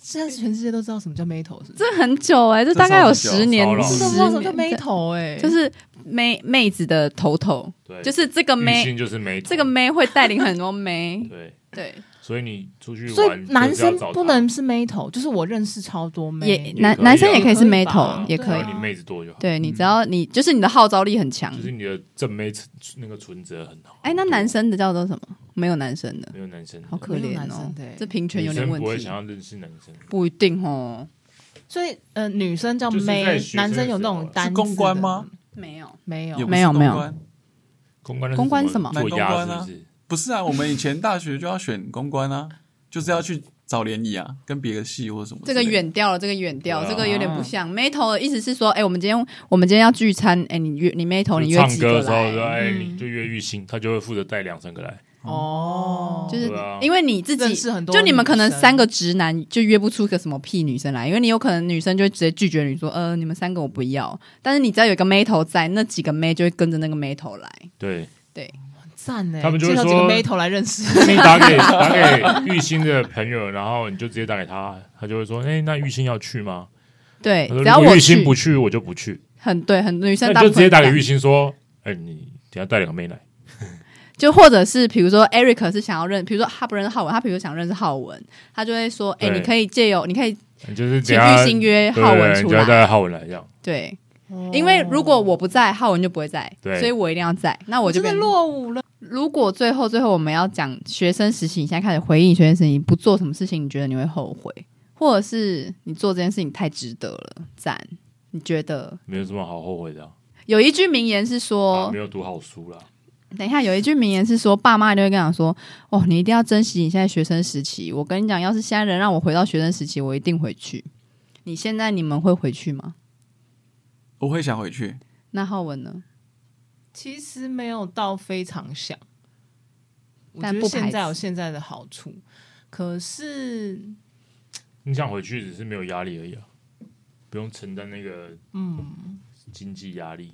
[SPEAKER 1] 现在全世界都知道什么叫 metal 是不是？
[SPEAKER 4] 这很久哎、这大概有
[SPEAKER 2] 这超级久
[SPEAKER 4] 十年
[SPEAKER 3] 超老，
[SPEAKER 1] 真
[SPEAKER 4] 十
[SPEAKER 1] 的不知道什么叫
[SPEAKER 4] 年
[SPEAKER 1] metal 哎、
[SPEAKER 4] 就是妹妹子的头头，
[SPEAKER 3] 对，
[SPEAKER 4] 就是这个
[SPEAKER 3] 女
[SPEAKER 4] 妹，
[SPEAKER 3] 性就是没头，
[SPEAKER 4] 这个妹会带领很多妹
[SPEAKER 3] 对，
[SPEAKER 4] 对，
[SPEAKER 3] 所以你出去
[SPEAKER 1] 所以
[SPEAKER 3] 玩，
[SPEAKER 1] 男
[SPEAKER 3] 就是要
[SPEAKER 1] 生
[SPEAKER 3] 找她
[SPEAKER 1] 不能是 metal，就是我认识超多
[SPEAKER 4] 也
[SPEAKER 1] 妹，
[SPEAKER 4] 男
[SPEAKER 3] 可以啊
[SPEAKER 4] 男生也可以
[SPEAKER 1] 也可以
[SPEAKER 4] 是 m
[SPEAKER 1] 吧
[SPEAKER 4] e 也
[SPEAKER 1] 对
[SPEAKER 4] 可以
[SPEAKER 1] 啊。
[SPEAKER 3] 你妹子多就好，
[SPEAKER 4] 对你只要你就是你的号召力很强
[SPEAKER 3] 就。是你的正妹存那个存折很好。
[SPEAKER 4] 哎，那男生的叫做什么？没有男生的，
[SPEAKER 3] 没有男生，
[SPEAKER 4] 好可
[SPEAKER 1] 没有
[SPEAKER 4] 怜
[SPEAKER 1] 男
[SPEAKER 4] 哦
[SPEAKER 1] 生的欸。
[SPEAKER 4] 这平权
[SPEAKER 3] 女
[SPEAKER 4] 有点
[SPEAKER 3] 生
[SPEAKER 4] 问
[SPEAKER 3] 不会
[SPEAKER 4] 题
[SPEAKER 3] 想，要认识男生，
[SPEAKER 4] 不一定哦。
[SPEAKER 1] 所以呃，女生叫
[SPEAKER 3] 就是
[SPEAKER 1] 妹
[SPEAKER 3] 在，学
[SPEAKER 1] 男生有那种单字的
[SPEAKER 2] 是公关吗？
[SPEAKER 4] 没有，
[SPEAKER 1] 没有
[SPEAKER 2] 也，不是
[SPEAKER 4] 没有没有
[SPEAKER 2] 公关
[SPEAKER 3] 公关的
[SPEAKER 4] 公关什么
[SPEAKER 3] 做
[SPEAKER 2] 男
[SPEAKER 3] 鸭
[SPEAKER 2] 公关
[SPEAKER 3] 是
[SPEAKER 2] 啊
[SPEAKER 3] 不是？
[SPEAKER 2] 不是啊，我们以前大学就要选公关啊，就是要去找联谊啊，跟别的系或什么之
[SPEAKER 4] 这
[SPEAKER 2] 类的。
[SPEAKER 4] 个远掉了，这个远掉，
[SPEAKER 3] 对啊
[SPEAKER 4] 这个有点不像。m e 的意思是说，哎，我们今天我们今天要聚餐，哎，你约你 m e 你
[SPEAKER 3] 就
[SPEAKER 4] 约
[SPEAKER 3] 唱
[SPEAKER 4] 几
[SPEAKER 3] 歌
[SPEAKER 4] 个
[SPEAKER 3] 的时候说，
[SPEAKER 4] 来？嗯
[SPEAKER 3] 哎，你就约玉兴，他就会负责带两三个来。
[SPEAKER 1] 哦，
[SPEAKER 4] 就是
[SPEAKER 3] 对啊
[SPEAKER 4] 因为你自己
[SPEAKER 1] 认识很，多
[SPEAKER 4] 就你们可能
[SPEAKER 1] 女生
[SPEAKER 4] 三个直男就约不出个什么屁女生来，因为你有可能女生就会直接拒绝你说，呃，你们三个我不要。但是你只要有一个妹头在，那几个妹就会跟着那个妹头来。
[SPEAKER 3] 对，
[SPEAKER 1] 赞呢、
[SPEAKER 3] 他们就会
[SPEAKER 1] 介绍几
[SPEAKER 3] 说
[SPEAKER 1] 个 metal 来认识。
[SPEAKER 3] 你打 给打给玉兴的朋友，然后你就直接打给他，他就会说，哎，那玉兴要去吗？
[SPEAKER 4] 对，
[SPEAKER 3] 他说
[SPEAKER 4] 只要
[SPEAKER 3] 如果
[SPEAKER 4] 我
[SPEAKER 3] 玉
[SPEAKER 4] 去
[SPEAKER 3] 兴，不去，我就不去。
[SPEAKER 4] 很对，很女生
[SPEAKER 3] 那
[SPEAKER 4] 大
[SPEAKER 3] 你就
[SPEAKER 4] 部
[SPEAKER 3] 直
[SPEAKER 4] 分
[SPEAKER 3] 接打
[SPEAKER 4] 这
[SPEAKER 3] 给
[SPEAKER 4] 样
[SPEAKER 3] 玉兴说，哎，你等一下带两个妹来。
[SPEAKER 4] 就或者是比如说 Eric 是想要认，比如说他不认识浩文，他比如想认识浩文，他就会说，哎、
[SPEAKER 3] 对
[SPEAKER 4] 你可以借由，你可以
[SPEAKER 3] 你就是
[SPEAKER 4] 请
[SPEAKER 3] 等一下
[SPEAKER 4] 玉兴约
[SPEAKER 3] 对
[SPEAKER 4] 浩文
[SPEAKER 3] 你
[SPEAKER 4] 出
[SPEAKER 3] 就要
[SPEAKER 4] 来。
[SPEAKER 3] 带浩文来这样。
[SPEAKER 4] 对，因为如果我不在，浩文就不会在，
[SPEAKER 3] 对
[SPEAKER 4] 所以我一定要在。那
[SPEAKER 1] 哦我
[SPEAKER 4] 我就
[SPEAKER 1] 真的
[SPEAKER 4] 变
[SPEAKER 1] 落伍了，
[SPEAKER 4] 如果最后最后我们要讲学生时期，你现在开始回忆学生时期，你不做什么事情，你觉得你会后悔，或者是你做这件事情太值得了，赞。你觉得
[SPEAKER 3] 没有什么好后悔的啊、
[SPEAKER 4] 有一句名言是
[SPEAKER 3] 啊
[SPEAKER 4] 说
[SPEAKER 3] 没，有读好书啦。
[SPEAKER 4] 等一下有一句名言是说，爸妈就会跟你讲说，哦，你一定要珍惜你现在学生时期。我跟你讲，要是现在人让我回到学生时期，我一定回去。你现在你们会回去吗？
[SPEAKER 2] 我会想回去，
[SPEAKER 4] 那浩文呢？
[SPEAKER 1] 其实没有到非常想，我
[SPEAKER 4] 但
[SPEAKER 1] 觉得
[SPEAKER 4] 不排
[SPEAKER 1] 现在
[SPEAKER 4] 斥
[SPEAKER 1] 有现在的好处，可是
[SPEAKER 3] 你想回去只是没有压力而已啊，不用承担那个嗯经济压力。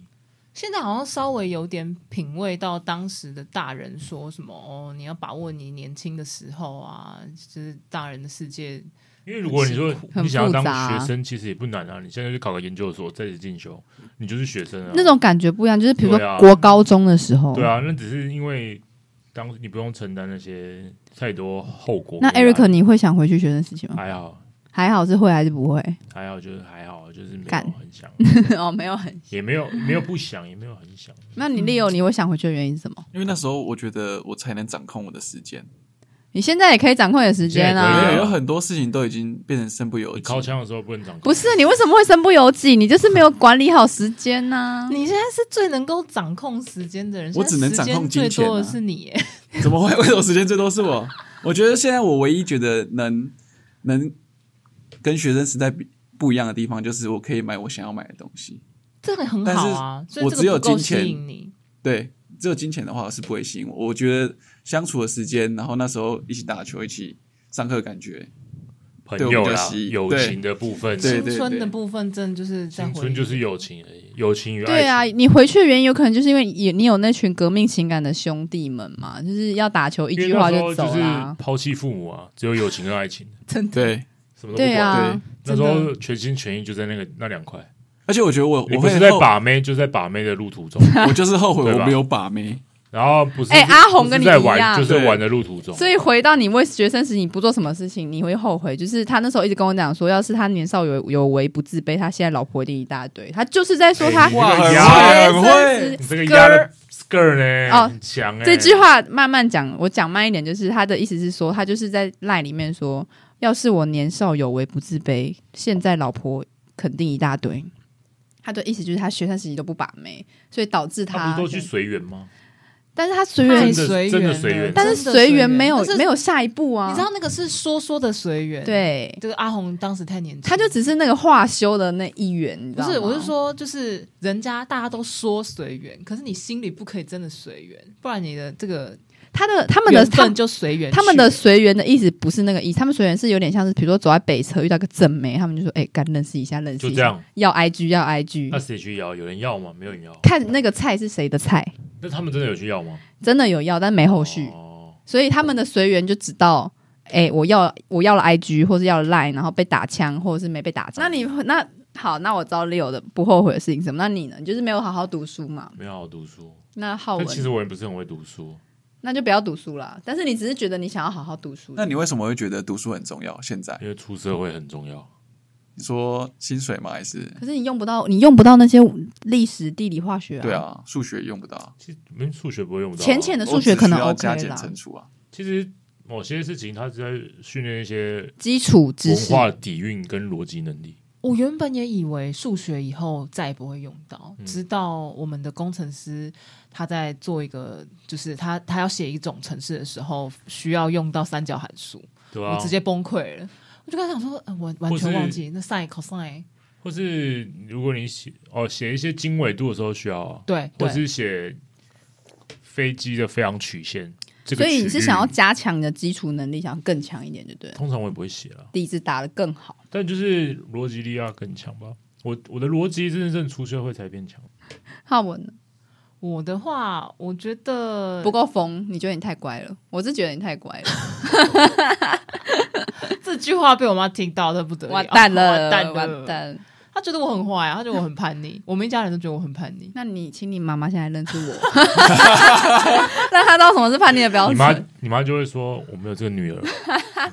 [SPEAKER 1] 现在好像稍微有点品味到当时的大人说什么哦，你要把握你年轻的时候啊，就是大人的世界。
[SPEAKER 3] 因为如果你说
[SPEAKER 4] 很
[SPEAKER 3] 你想要
[SPEAKER 4] 复
[SPEAKER 3] 当
[SPEAKER 4] 杂啊
[SPEAKER 3] 学生，其实也不难啊。你现在去考个研究所，在职进修，你就是学生啊。
[SPEAKER 4] 那种感觉不一样，就是比如说
[SPEAKER 3] 对啊
[SPEAKER 4] 国高中的时候，
[SPEAKER 3] 对啊，那只是因为当你不用承担那些太多后果。
[SPEAKER 4] 那
[SPEAKER 3] 跟压力
[SPEAKER 4] Eric 你会想回去学生时期吗？
[SPEAKER 3] 还好，
[SPEAKER 4] 还好是会还是不会？
[SPEAKER 3] 还好就是还好，就是没
[SPEAKER 4] 干
[SPEAKER 3] 有很想，
[SPEAKER 4] 哦，没有很。
[SPEAKER 3] 也没有没有不想，也没有很想。
[SPEAKER 4] 那你 Leo 你会想回去的原因是什么？
[SPEAKER 2] 因为那时候我觉得我才能掌控我的时间，
[SPEAKER 4] 你现在也可以掌控你的时间
[SPEAKER 3] 现在也
[SPEAKER 2] 对，
[SPEAKER 3] 可以
[SPEAKER 4] 啊。
[SPEAKER 2] 有很多事情都已经变成身不由
[SPEAKER 3] 你
[SPEAKER 2] 己。
[SPEAKER 3] 靠枪的时候不能掌控，
[SPEAKER 4] 不是你为什么会身不由己？你就是没有管理好时间啊 呐、
[SPEAKER 1] 你现在是最能够掌控时间的人，
[SPEAKER 2] 嗯我只能掌控金钱
[SPEAKER 1] 现在时间
[SPEAKER 2] 啊
[SPEAKER 1] 最多的是你耶，
[SPEAKER 2] 怎么会？为什么时间最多是我？我觉得现在我唯一觉得能能跟学生时代比不一样的地方，就是我可以买我想要买的东西。
[SPEAKER 1] 这个很好啊。所
[SPEAKER 2] 但
[SPEAKER 1] 以这个不
[SPEAKER 2] 是
[SPEAKER 1] 够
[SPEAKER 2] 我只有金
[SPEAKER 1] 吸
[SPEAKER 2] 钱
[SPEAKER 1] 引你，
[SPEAKER 2] 对，只有金钱的话是不会吸引我。我觉得相处的时间，然后那时候一起打球、一起上课，的感觉
[SPEAKER 3] 朋
[SPEAKER 2] 对我
[SPEAKER 3] 友
[SPEAKER 2] 比较
[SPEAKER 3] 啦，
[SPEAKER 2] 稀
[SPEAKER 3] 友
[SPEAKER 2] 对
[SPEAKER 3] 情的部分，
[SPEAKER 2] 对对
[SPEAKER 1] 青春的部分真的就是在
[SPEAKER 3] 青
[SPEAKER 1] 回忆
[SPEAKER 3] 春就是友情而已，友情与爱情。
[SPEAKER 4] 对啊，你回去的原因有可能就是因为你你有那群革命情感的兄弟们嘛，就是要打球一
[SPEAKER 3] 因为
[SPEAKER 4] 句
[SPEAKER 3] 那
[SPEAKER 4] 话
[SPEAKER 3] 时候
[SPEAKER 4] 走
[SPEAKER 3] 就是
[SPEAKER 4] 啦。
[SPEAKER 3] 抛弃父母啊，只有友情跟爱情，
[SPEAKER 1] 真的
[SPEAKER 2] 对。
[SPEAKER 3] 什么都不
[SPEAKER 4] 对
[SPEAKER 3] 管。
[SPEAKER 4] 啊
[SPEAKER 2] 对，
[SPEAKER 1] 真
[SPEAKER 3] 那时
[SPEAKER 1] 的
[SPEAKER 3] 候全心全意就在那个那两块，
[SPEAKER 2] 而且我觉得我
[SPEAKER 3] 你
[SPEAKER 2] 我
[SPEAKER 3] 不
[SPEAKER 2] 会
[SPEAKER 3] 是在
[SPEAKER 2] 后
[SPEAKER 3] 把妹，就在把妹的路途 中。
[SPEAKER 2] 我就是后悔
[SPEAKER 3] 对吧
[SPEAKER 2] 我没有把妹。
[SPEAKER 3] 然后不是
[SPEAKER 4] 哎阿
[SPEAKER 3] 不
[SPEAKER 4] 红
[SPEAKER 3] 是
[SPEAKER 4] 跟你
[SPEAKER 3] 在
[SPEAKER 4] 一
[SPEAKER 3] 玩，
[SPEAKER 4] 样
[SPEAKER 3] 就是玩的路途中。
[SPEAKER 4] 所以回到你为学生时，你不做什么事情，你会后悔。就是他那时候一直跟我讲说，要是他年少有有为不自卑，他现在老婆一定一大堆。他就是在说他
[SPEAKER 3] 哎你这个
[SPEAKER 2] 很
[SPEAKER 3] 压，
[SPEAKER 2] 会
[SPEAKER 4] 学
[SPEAKER 2] 很
[SPEAKER 4] 生
[SPEAKER 2] 会
[SPEAKER 4] 时
[SPEAKER 3] 你这个压的 skirt
[SPEAKER 4] 哦
[SPEAKER 3] 呢，很强哎。
[SPEAKER 4] 这句话慢慢讲，我讲慢一点，就是他的意思是说，他就是在赖里面说，要是我年少有为不自卑，现在老婆肯定一大堆。他的意思就是他学生时期都不把妹，所以导致
[SPEAKER 3] 他
[SPEAKER 4] 他，
[SPEAKER 3] 不是都去随缘吗？
[SPEAKER 4] 但是他随
[SPEAKER 1] 太
[SPEAKER 4] 缘，
[SPEAKER 3] 真的
[SPEAKER 1] 随
[SPEAKER 3] 真
[SPEAKER 1] 缘
[SPEAKER 3] 的
[SPEAKER 1] 了，
[SPEAKER 3] 随缘
[SPEAKER 4] 但是随缘没有
[SPEAKER 1] 但是
[SPEAKER 4] 没有下一步啊，
[SPEAKER 1] 你知道那个是说说的随缘，，
[SPEAKER 4] 对，
[SPEAKER 1] 这个阿红当时太年轻，
[SPEAKER 4] 他就只是那个化修的那一员，你知
[SPEAKER 1] 不
[SPEAKER 4] 道
[SPEAKER 1] 是，我是
[SPEAKER 4] 吗，
[SPEAKER 1] 说，就是人家大家都说随缘，可是你心里不可以真的随缘，不然你的这个
[SPEAKER 4] 他的他们的
[SPEAKER 1] 缘
[SPEAKER 4] 他
[SPEAKER 1] 分就随缘去了。
[SPEAKER 4] 他们的随缘的意思不是那个意思，他们随缘是有点像是，比如说走在北车遇到个正妹，他们就说：“哎、干认识一下，认识
[SPEAKER 3] 就
[SPEAKER 4] 一
[SPEAKER 3] 这
[SPEAKER 4] 下，
[SPEAKER 3] 样，
[SPEAKER 4] 要 IG 要 IG。
[SPEAKER 3] 那谁去要？有人要吗？没有人要。
[SPEAKER 4] 看那个菜是谁的菜，
[SPEAKER 3] 那他们真的有去要吗？
[SPEAKER 4] 真的有要，但没后续，
[SPEAKER 3] 哦，
[SPEAKER 4] 所以他们的随缘就只到。哎、我要我要了 IG，或是要了 Line，然后被打枪，或者是没被打枪。那你那好，那我知道 Leo 的不后悔的事情是什么？那你呢？你就是没有好好读书嘛？
[SPEAKER 3] 没有好好读书。
[SPEAKER 4] 那浩
[SPEAKER 3] 但
[SPEAKER 4] 文，
[SPEAKER 3] 其实我也不是很会读书，
[SPEAKER 4] 那就不要读书啦。但是你只是觉得你想要好好读书。
[SPEAKER 2] 那你为什么会觉得读书很重要？现在
[SPEAKER 3] 因为出社会很重要。
[SPEAKER 2] 你说薪水吗？还是
[SPEAKER 4] 可是你用不到，你用不到那些历史、地理、化学啊。
[SPEAKER 2] 对，啊，数学用不到，
[SPEAKER 3] 其实没数学不会用到啊。
[SPEAKER 4] 浅浅的数
[SPEAKER 2] 我只
[SPEAKER 4] 学可能
[SPEAKER 2] 需要
[SPEAKER 4] OK
[SPEAKER 2] 加减
[SPEAKER 4] 啦，
[SPEAKER 2] 乘除啊。
[SPEAKER 3] 其实某些事情，它是在训练一些
[SPEAKER 4] 基础知
[SPEAKER 3] 文
[SPEAKER 4] 识。
[SPEAKER 3] 化底蕴跟逻辑能力。
[SPEAKER 1] 我原本也以为数学以后再也不会用到，
[SPEAKER 3] 嗯
[SPEAKER 1] 直到我们的工程师他在做一个，就是他他要写一种程式的时候，需要用到三角函数，
[SPEAKER 3] 对啊，
[SPEAKER 1] 我直接崩溃了。我就跟他讲说，呃我完全
[SPEAKER 3] 或是
[SPEAKER 1] 忘记那 sin、cosine，
[SPEAKER 3] 或是如果你写哦写一些经纬度的时候需要啊，
[SPEAKER 1] 对
[SPEAKER 3] 或
[SPEAKER 1] 对，
[SPEAKER 3] 是写飞机的飞航曲线，这个
[SPEAKER 4] 所以你是
[SPEAKER 3] 区域
[SPEAKER 4] 想要加强你的基础能力，想要更强一点，就对了。
[SPEAKER 3] 通常我也不会写了，
[SPEAKER 4] 底子打得更好，
[SPEAKER 3] 但就是逻辑力要更强吧。我我的逻辑真的正出社会才变强，
[SPEAKER 4] 浩文呢
[SPEAKER 1] 我的话，我觉得
[SPEAKER 4] 不够疯，你觉得你太乖了，我是觉得你太乖 了，
[SPEAKER 1] 这句话被我妈听到，那不得了，
[SPEAKER 4] 完蛋了，
[SPEAKER 1] 啊完蛋了，
[SPEAKER 4] 完蛋了。
[SPEAKER 1] 他觉得我很坏啊，他觉得我很叛逆， 我们一家人都觉得我很叛逆。
[SPEAKER 4] 那你请你妈妈现在认出我， 让她知道什么是叛逆的标
[SPEAKER 3] 你妈
[SPEAKER 4] 准。
[SPEAKER 3] 你妈就会说我没有这个女儿，
[SPEAKER 4] 哦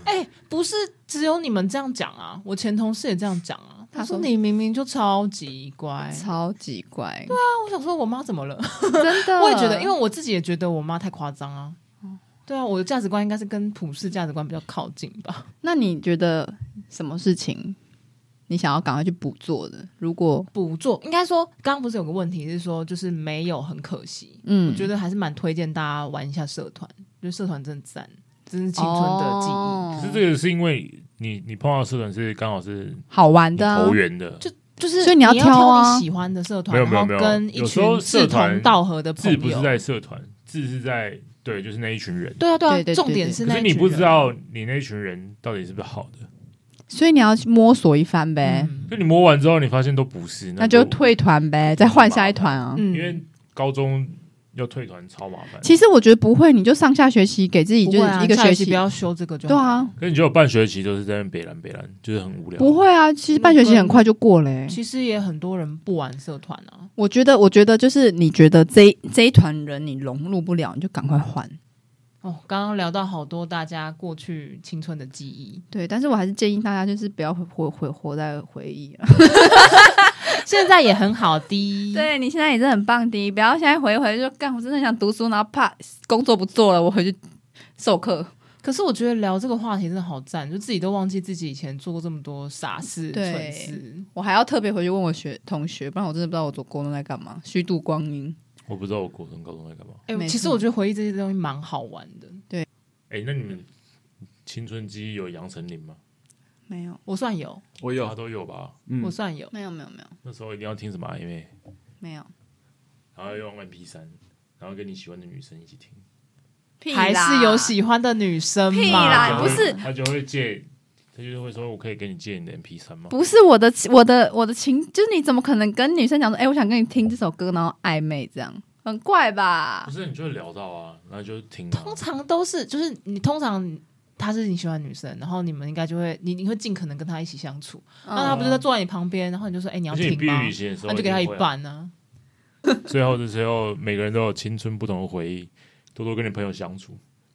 [SPEAKER 1] 哎、不是只有你们这样讲啊，我前同事也这样讲啊。
[SPEAKER 4] 他
[SPEAKER 1] 他说
[SPEAKER 4] 说
[SPEAKER 1] 你明明就超级乖，
[SPEAKER 4] 超级乖，
[SPEAKER 1] 那我想说我妈怎么了？嗯
[SPEAKER 4] 真的，
[SPEAKER 1] 啊我也觉得，因为我自己也觉得我妈太夸张啊。对啊，我的价值观应该是跟普世价值观比较靠近吧。
[SPEAKER 4] 那你觉得什么事情你想要赶快去补做的？如果
[SPEAKER 1] 补做应该说，刚刚不是有个问题是说，就是没有很可惜，
[SPEAKER 4] 嗯，
[SPEAKER 1] 我觉得还是蛮推荐大家玩一下社团，觉得社团真的赞，真是青春的记忆。
[SPEAKER 4] 哦
[SPEAKER 3] 可是这个是因为你你碰到社团是刚好是
[SPEAKER 4] 好玩
[SPEAKER 3] 你
[SPEAKER 4] 的啊、
[SPEAKER 3] 投缘的，
[SPEAKER 1] 就就是，
[SPEAKER 4] 所以你要
[SPEAKER 1] 要
[SPEAKER 4] 挑啊
[SPEAKER 1] 你喜欢的社团，
[SPEAKER 3] 没有没有
[SPEAKER 1] 然后
[SPEAKER 3] 没有
[SPEAKER 1] 跟一
[SPEAKER 3] 有时候
[SPEAKER 1] 群
[SPEAKER 3] 社
[SPEAKER 1] 志
[SPEAKER 3] 团
[SPEAKER 1] 同道合的朋
[SPEAKER 3] 字
[SPEAKER 1] 友。
[SPEAKER 3] 不是在社团，字是在对，就是那一群人。
[SPEAKER 1] 对啊对啊，
[SPEAKER 4] 对对对
[SPEAKER 1] 重点是
[SPEAKER 3] 可
[SPEAKER 1] 那
[SPEAKER 3] 是
[SPEAKER 1] 一
[SPEAKER 3] 你
[SPEAKER 1] 群
[SPEAKER 3] 不知
[SPEAKER 1] 人，
[SPEAKER 3] 道你那群人到底是不是好的，
[SPEAKER 4] 所以你要去摸索一番呗，
[SPEAKER 1] 嗯
[SPEAKER 3] 就你摸完之后，你发现都不是，
[SPEAKER 4] 那就
[SPEAKER 3] 退。
[SPEAKER 4] 退团呗，再换下一团啊。
[SPEAKER 1] 嗯
[SPEAKER 3] 因为高中要退团超麻烦。
[SPEAKER 4] 其实我觉得不会，你就上下学期给自己就
[SPEAKER 1] 不会啊
[SPEAKER 4] 是一个
[SPEAKER 1] 下学
[SPEAKER 4] 期，
[SPEAKER 1] 不要修这个就
[SPEAKER 4] 对
[SPEAKER 1] 好
[SPEAKER 4] 啊
[SPEAKER 1] 了。
[SPEAKER 3] 可是你就有半学期都是在那边北兰北兰，就是很无聊。
[SPEAKER 4] 不会啊。其实半学期很快就过了、欸。
[SPEAKER 1] 其实也很多人不玩社团啊，
[SPEAKER 4] 我觉得，我觉得就是你觉得这一这一团人你融入不了，你就赶快换。
[SPEAKER 1] 哦，刚刚聊到好多大家过去青春的记忆，
[SPEAKER 4] 对，但是我还是建议大家就是不要活活活在回忆啊。
[SPEAKER 1] 现在也很好 的。，
[SPEAKER 4] 对你现在也是很棒的，不要现在回一回就干，我真的想读书，然后啪工作不做了，我回去授课。
[SPEAKER 1] 可是我觉得聊这个话题真的好赞，就自己都忘记自己以前做过这么多傻事、
[SPEAKER 4] 对
[SPEAKER 1] 蠢事。
[SPEAKER 4] 我还要特别回去问我学同学，不然我真的不知道我做高中在干嘛，虚度光阴。
[SPEAKER 3] 我不知道我国中、高中在干嘛。
[SPEAKER 1] 哎、
[SPEAKER 4] 没
[SPEAKER 1] 其实
[SPEAKER 4] 错
[SPEAKER 1] 我觉得回忆这些东西蛮好玩的。
[SPEAKER 3] 哎、那你们青春记忆有杨丞琳吗？
[SPEAKER 4] 没有，
[SPEAKER 1] 我算有，
[SPEAKER 2] 我
[SPEAKER 3] 大家
[SPEAKER 2] 有，
[SPEAKER 3] 都有吧？
[SPEAKER 2] 嗯
[SPEAKER 1] 我，算有。
[SPEAKER 4] 没有，没有，没有，
[SPEAKER 3] 那时候一定要听什么暧昧，
[SPEAKER 4] 没有，
[SPEAKER 3] 然后用 MP 三，然后跟你喜欢的女生一起听。
[SPEAKER 4] 屁
[SPEAKER 1] 还是有喜欢的女生嘛？
[SPEAKER 4] 屁啦不是
[SPEAKER 3] 啊他就会借，他就会说：“我可以跟你借你的 MP 三吗
[SPEAKER 4] 不是我的，我的，我的情，就是你怎么可能跟女生讲说，哎、我想跟你听这首歌，然后暧昧这样，很怪？”吧
[SPEAKER 3] 不？是，你就会聊到啊，然后就听、啊。
[SPEAKER 1] 通常都是就是你通常她是你喜欢的女生，然后你们应该就会你你会尽可能跟她一起相处。
[SPEAKER 4] 哦
[SPEAKER 1] 那她不是在坐在你旁边，然后你就说：“哎、你要
[SPEAKER 3] 而且你
[SPEAKER 1] 听
[SPEAKER 3] 毕
[SPEAKER 1] 吗
[SPEAKER 3] 业旅行的？”时候，啊
[SPEAKER 1] 那就给她一。半呢、
[SPEAKER 3] 最后的时候，每个人都有青春不同的回忆，多多跟你朋友相处。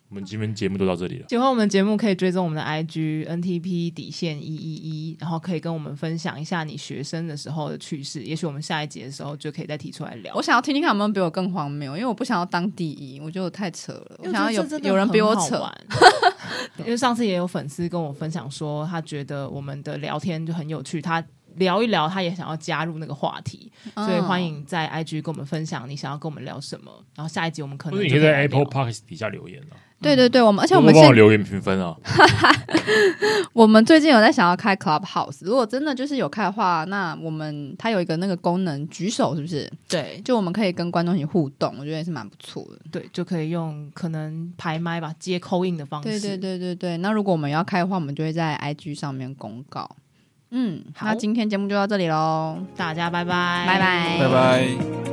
[SPEAKER 3] 我们今天节目就到这里了。
[SPEAKER 1] 喜欢我们的节目可以追踪我们的 IG NTP 底线一一一，然后可以跟我们分享一下你学生的时候的趣事，也许我们下一节的时候就可以再提出来聊
[SPEAKER 4] 我。想要听听看有没有比我更荒谬，因为我不想要当第一，我觉得我太扯了，我
[SPEAKER 1] 因为
[SPEAKER 4] 想要
[SPEAKER 1] 这
[SPEAKER 4] 有
[SPEAKER 1] 真的
[SPEAKER 4] 有人比我
[SPEAKER 1] 很好
[SPEAKER 4] 扯。
[SPEAKER 1] 玩，因为上次也有粉丝跟我分享说，他觉得我们的聊天就很有趣，他聊一聊，他也想要加入那个话题，
[SPEAKER 4] 嗯
[SPEAKER 1] 所以欢迎在 IG 跟我们分享你想要跟我们聊什么，然后下一集我们可
[SPEAKER 3] 或
[SPEAKER 1] 能
[SPEAKER 3] 者你
[SPEAKER 1] 就
[SPEAKER 3] 可以在
[SPEAKER 1] 来聊
[SPEAKER 3] Apple Park 底下留言啊，
[SPEAKER 4] 对对对，我们而且我
[SPEAKER 3] 多
[SPEAKER 4] 们
[SPEAKER 3] 多帮我
[SPEAKER 4] 现
[SPEAKER 3] 留言评分啊。
[SPEAKER 4] 我们最近有在想要开 Clubhouse，如果真的就是有开的话，那我们它有一个那个功能，举手是不是？
[SPEAKER 1] 对
[SPEAKER 4] 就我们可以跟观众一起互动，我觉得也是蛮不错的。
[SPEAKER 1] 对，就可以用可能排麦吧，接扣印的方式。
[SPEAKER 4] 对对对对对，那如果我们要开的话，我们就会在 IG 上面公告。嗯，
[SPEAKER 1] 好
[SPEAKER 4] 那今天节目就到这里喽，
[SPEAKER 1] 大家拜拜，
[SPEAKER 4] 拜拜
[SPEAKER 2] 拜拜。